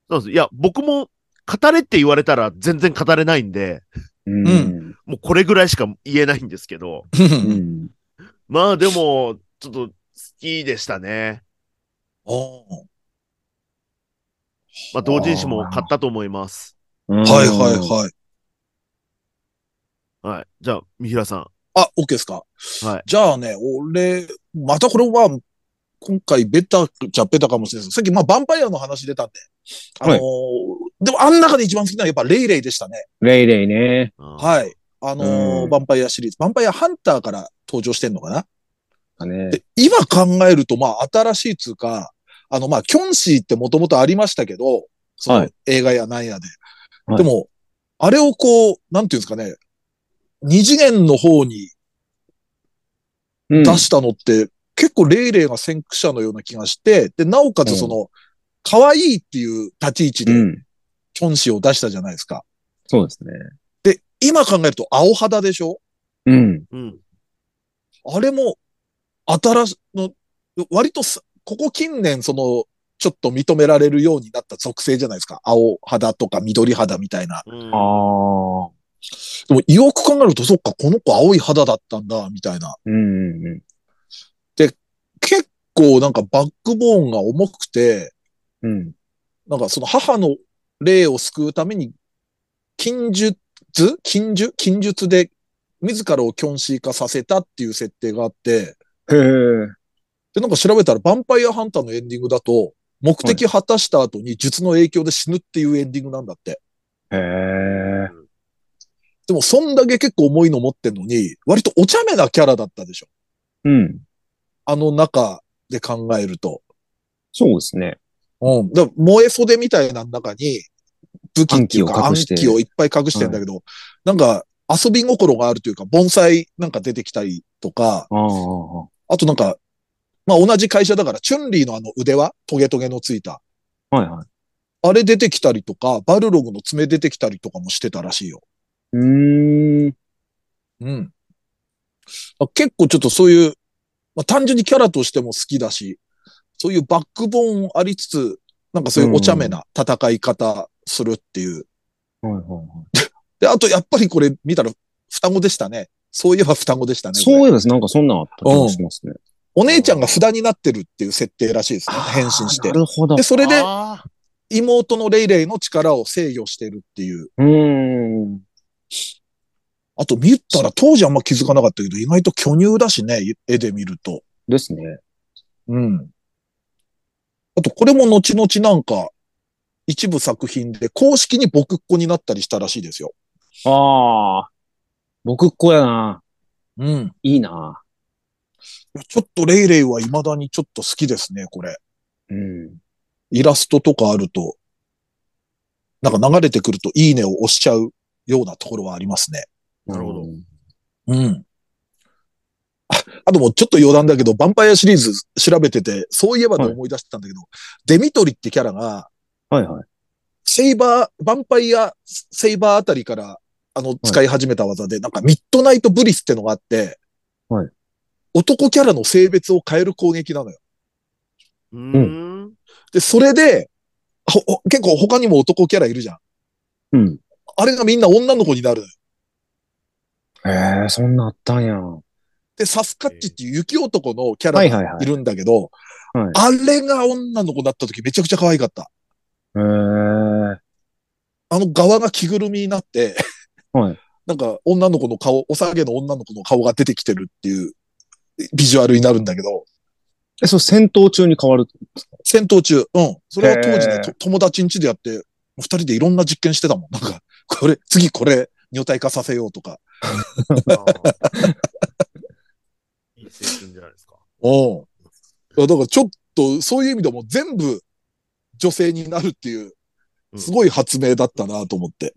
そうです。いや、僕も語れって言われたら全然語れないんで、
うん。
うん
もうこれぐらいしか言えないんですけど。
うん。
まあでも、ちょっと好きでしたね。
おー
まあ同人誌も買ったと思います。
はいはいはい。
はい。じゃあ、三平さん。
あ、OK ですか。
はい
じゃあね、俺、またこれは今回ベタっちゃベタかもしれないです。さっきまあヴァンパイアの話出たんで。あのー
はい
でもあん中で一番好きなのはやっぱレイレイでしたね。
レイレイね。
は。
はいい。あのー
うん
ヴァンパイアシリーズ。ヴァンパイアハンターから登場してんのかな
だね
で、今考えると、まあ、新しいつうか、あの、まあ、キョンシーってもともとありましたけど、そ
は
の
い
映画やなんやで。
はい
でも、あれをこう、なんていうんですかね、二次元の方に
うん
出したのって、結構レイレイが先駆者のような気がして、で、なおかつその、可愛いっていう立ち位置で、
うん。
キョンシーを出したじゃないですか。
そうですね。
で、今考えると、青肌でしょ
うん。
うん。
あれも、新し、の、割とさここ近年、その、ちょっと認められるようになった属性じゃないですか。青肌とか緑肌みたいな。
うん
ああ。
でも、よく考えると、そっか、この子青い肌だったんだ、みたいな。
うんうん
結構、なんかバックボーンが重くて、
うん。うん。
なんかその母の霊を救うために、禁術禁術禁術で、自らをキョンシー化させたっていう設定があって、
へえ。
で、なんか調べたら、ヴァンパイアハンターのエンディングだと、目的果たした後に術の影響で死ぬっていうエンディングなんだって。
へえ。
でも、そんだけ結構重いの持ってんのに、割とお茶目なキャラだったでしょ。
うん。
あの中で考えると。
そうですね。
うん。だから燃え袖みたいな中に、武器っていうか
暗
暗
器を隠して
器をいっぱい隠してんだけど、なんか遊び心があるというか、盆栽なんか出てきたりとか、
ああ。
あとなんか、まあ同じ会社だから、チュンリーのあの腕輪、トゲトゲのついた。
はいはい。
あれ出てきたりとか、バルログの爪出てきたりとかもしてたらしいよ。
うーん。
うん。あ結構ちょっとそういう、まあ、単純にキャラとしても好きだし、そういうバックボーンありつつ、なんかそういうお茶目な戦い方するっていう。
はいはいは
で、あとやっぱりこれ見たら双子でしたね。そういえば双子でしたね。
い。そうい
こ
えばなんかそんなんあった気がしますね。
れお姉ちゃんが札になってるっていう設定らしいですね。変身して
な。るほど
で、。それで
あ
妹のレイレイの力を制御してるっていう。
うーん。
あと見たら当時あんま気づかなかったけど、意外と巨乳だしね、絵で見ると。
ですね。
うん。あとこれも後々なんか、一部作品で公式に僕っ子になったりしたらしいですよ。
ああ。僕っ子やな。
うん。い
いいな。
やちょっとレイレイは未だにちょっと好きですね、これ。
うん。
イラストとかあると、なんか流れてくるといいねを押しちゃうようなところはありますね。
なるほど
うん。ああともうちょっと余談だけど、ヴァンパイアシリーズ調べてて、そういえばで思い出したんだけど、デミトリってキャラが、
はいはい。
セイバー、ヴァンパイア、セイバーあたりから、あの、使い始めた技で、なんか、ミッドナイトブリスってのがあって、
はい
男キャラの性別を変える攻撃なのよ。
ーうーん。
で、それで、ほほ結構他にも男キャラいるじゃん。
うん。
あれがみんな女の子になるのよ。
へえ、そんなんあったんや。
で、サスカッチっていう雪男のキャ
はい
ラ
はい
が
はい
いるんだけど、
はい
あれが女の子だった時めちゃくちゃ可愛かった。
へえ。
あの側が着ぐるみになって、
はい。
なんか女の子の顔、お下げの女の子の顔が出てきてるっていうビジュアルになるんだけど、
え、そう、戦闘中に変わる。
戦闘中。うん。それは当時
へ
ね
ー、
と友達ん家でやって、二人でいろんな実験してたもん。なんか、これ、次これ、女体化させようとか。
あー いい青春じゃないですか。
うん。だからちょっと、そういう意味でも全部女性になるっていう、
うん
すごい発明だったなと思って。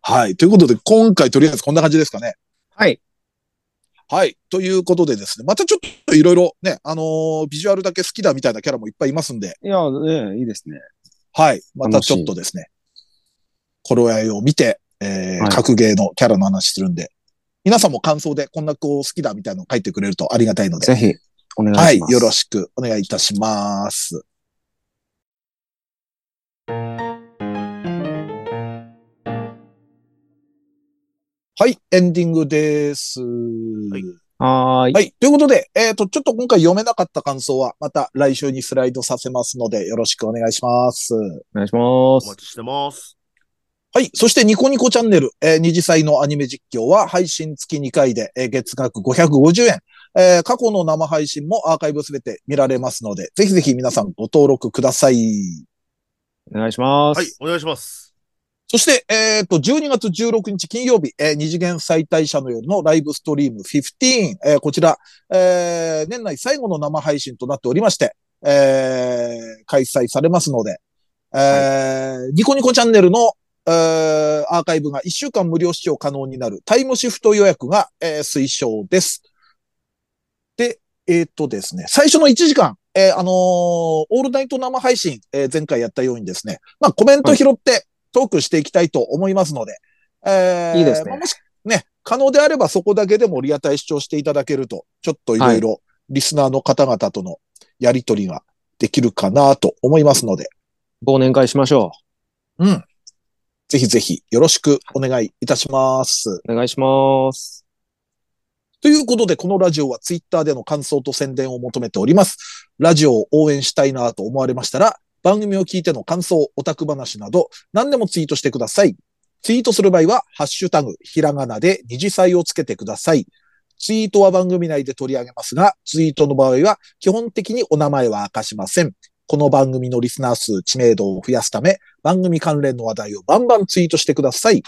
はい。ということで、今回とりあえずこんな感じですかね。
はい。
はい。ということでですね、またちょっといろいろね、あのービジュアルだけ好きだみたいなキャラもいっぱいいますんで、
いや、ええいいですね。
はい。またちょっとですね、頃合いを見て、えー
はい
格ゲーのキャラの話するんで、皆さんも感想でこんな子好きだみたいなの書いてくれるとありがたいので、
ぜひ、お願
はいい
しま。す。
よろ
し
しくお願いいたします。はい、エンディングです。
い
く。はーい。
はい。ということで、えっ、と、ちょっと今回読めなかった感想は、また来週にスライドさせますので、よろしくお願いします。
お願いしま
お
す。
待ちしてます。
はい。そして、ニコニコチャンネル、えー二次祭のアニメ実況は、配信月2回で、えー月額550円。えー過去の生配信もアーカイブすべて見られますので、ぜひぜひ皆さんご登録ください。
お願いします。
はい、お願いします。
そして、えっ、と、12月16日金曜日、えー二次元再退社の夜のライブストリーム15、えーこちら、えー年内最後の生配信となっておりまして、えー開催されますので、えーニコニコチャンネルの、えーアーカイブが1週間無料視聴可能になるタイムシフト予約が、えー推奨です。で、えっ、とですね、最初の1時間、えーあのーオールナイト生配信、えー前回やったようにですね、まあコメント拾って、トークしていきたいと思いますので、えー
いいですね
まあもしね、可能であればそこだけでもリアタイ視聴していただけると、ちょっといろいろリスナーの方々とのやりとりができるかなと思いますので、
忘年会しましょ
ぜひぜひよろしくお願いいたします。
う。お願いします。
ということで、このラジオはツイッターでの感想と宣伝を求めております。ラジオを応援したいなと思われましたら、番組を聞いての感想、オタク話など、何でもツイートしてください。ツイートする場合は、ハッシュタグ、ひらがなで二次祭をつけてください。ツイートは番組内で取り上げますが、ツイートの場合は、基本的にお名前は明かしません。この番組のリスナー数、知名度を増やすため、番組関連の話題をバンバンツイートしてください。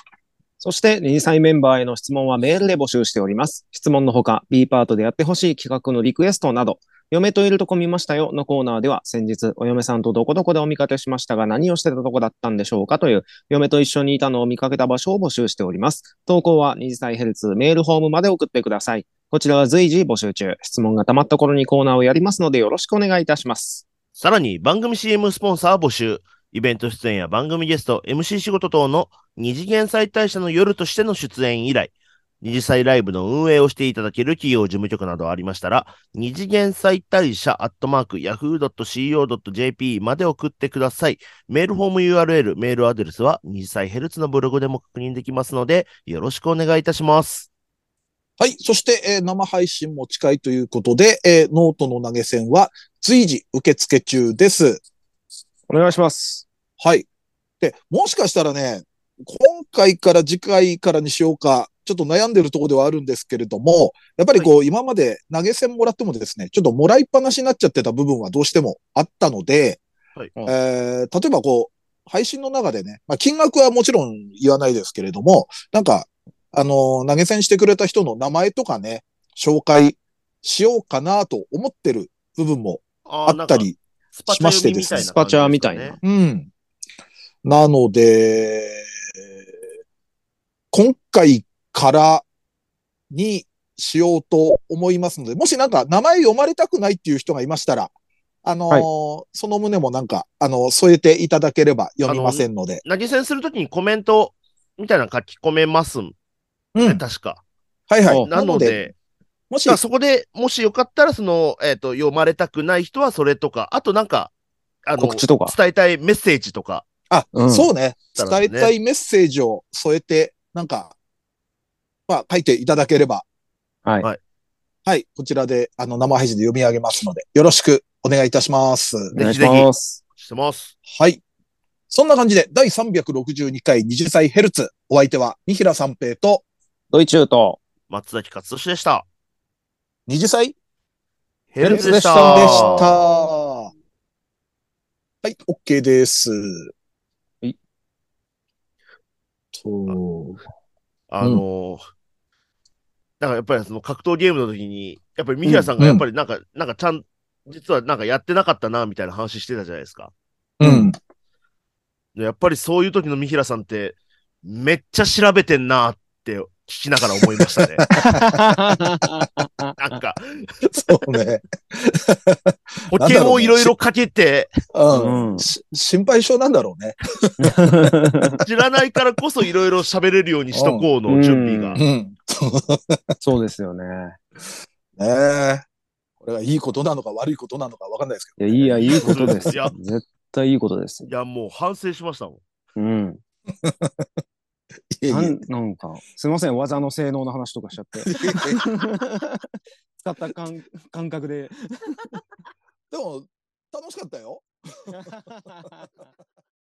そして、二次祭メンバーへの質問はメールで募集しております。質問のほか、B パートでやってほしい企画のリクエストなど、嫁といるとこ見ましたよのコーナーでは、先日、お嫁さんとどこどこでお見かけしましたが、何をしてたとこだったんでしょうかという、嫁と一緒にいたのを見かけた場所を募集しております。投稿は二次祭ヘルツメールフォームまで送ってください。こちらは随時募集中。質問が溜まった頃にコーナーをやりますので、よろしくお願いいたします。
さらに番組 CM スポンサー募集、イベント出演や番組ゲスト、MC 仕事等の二次元再大社の夜としての出演以来、二次祭ライブの運営をしていただける企業事務局などありましたら、二次元再大社アットマーク yahoo.co.jp まで送ってください。メールフォーム URL、メールアドレスは二次祭ヘルツのブログでも確認できますので、よろしくお願いいたします。
はい。そして、えー生配信も近いということで、えーノートの投げ銭は随時受付中です。
お願いします。
はい。で、もしかしたらね、今回から次回からにしようか、ちょっと悩んでるところではあるんですけれども、やっぱりこう、今まで投げ銭もらってもですね、ちょっともらいっぱなしになっちゃってた部分はどうしてもあったので、
はい
えー例えばこう、配信の中でね、まあ、金額はもちろん言わないですけれども、なんか、あのー投げ銭してくれた人の名前とかね、紹介しようかなと思ってる部分もあ
あ
ったり、
スパチャ読みみたいな感じですかね、
スパチャみたいな
うん。なので、今回からにしようと思いますので、もしなんか名前読まれたくないっていう人がいましたら、あのー
はい
その旨もなんか、あの添えていただければ読みませんので。
投げ銭するときにコメントみたいなの書き込めますん
う
で、
ん。
確か。
はいは
そ
い。
う
なので、
もし
だから、そこでもしよかったら、その、えっ、と、読まれたくない人はそれとか、あとなんか、あの、
告知とか。
伝えたいメッセージとか、
あ、
うん
そうね。
だ
伝
からね
えたいメッセージを添えて、なんか、まあ、書いていただければ、
はい。
はい、こちらで、あの、生配信で読み上げますので、よろしくお願いいたします。
お願いします。
してます。
はい。そんな感じで、第362回20歳ヘルツ、お相手は、三平三平と、
ドイチューと。
松崎勝利でした。
20歳で
ヘ
ルツで
し
した
た。
あー
はい、OK です。
はい。
と、
あのーなんかやっぱりその格闘ゲームの時に、やっぱり三平さんがやっぱりなんか、なんかちゃん、実はなんかやってなかったな、みたいな話してたじゃないですか。
うん。
でやっぱりそういう時の三平さんって、めっちゃ調べてんなって聞きながら思いました ね。なんか、
そうね。
保険をいろいろかけて、
うん
う。ん
し心配性なんだろうね。
知らないからこそいろいろ喋れるようにしとこうの準備が。
うん。
そうですよね。
ねえ。これがいいことなのか悪いことなのかわかんないですけ
いや、いいや、いいことです
いや
よ。絶対いいことですよ
い。や、もう反省しましたもん。
うん。
ど。いえいえ
なんなんか、すみません、技の性能の話とかしちゃって。使った感感覚 で。
でも、楽しかったよ。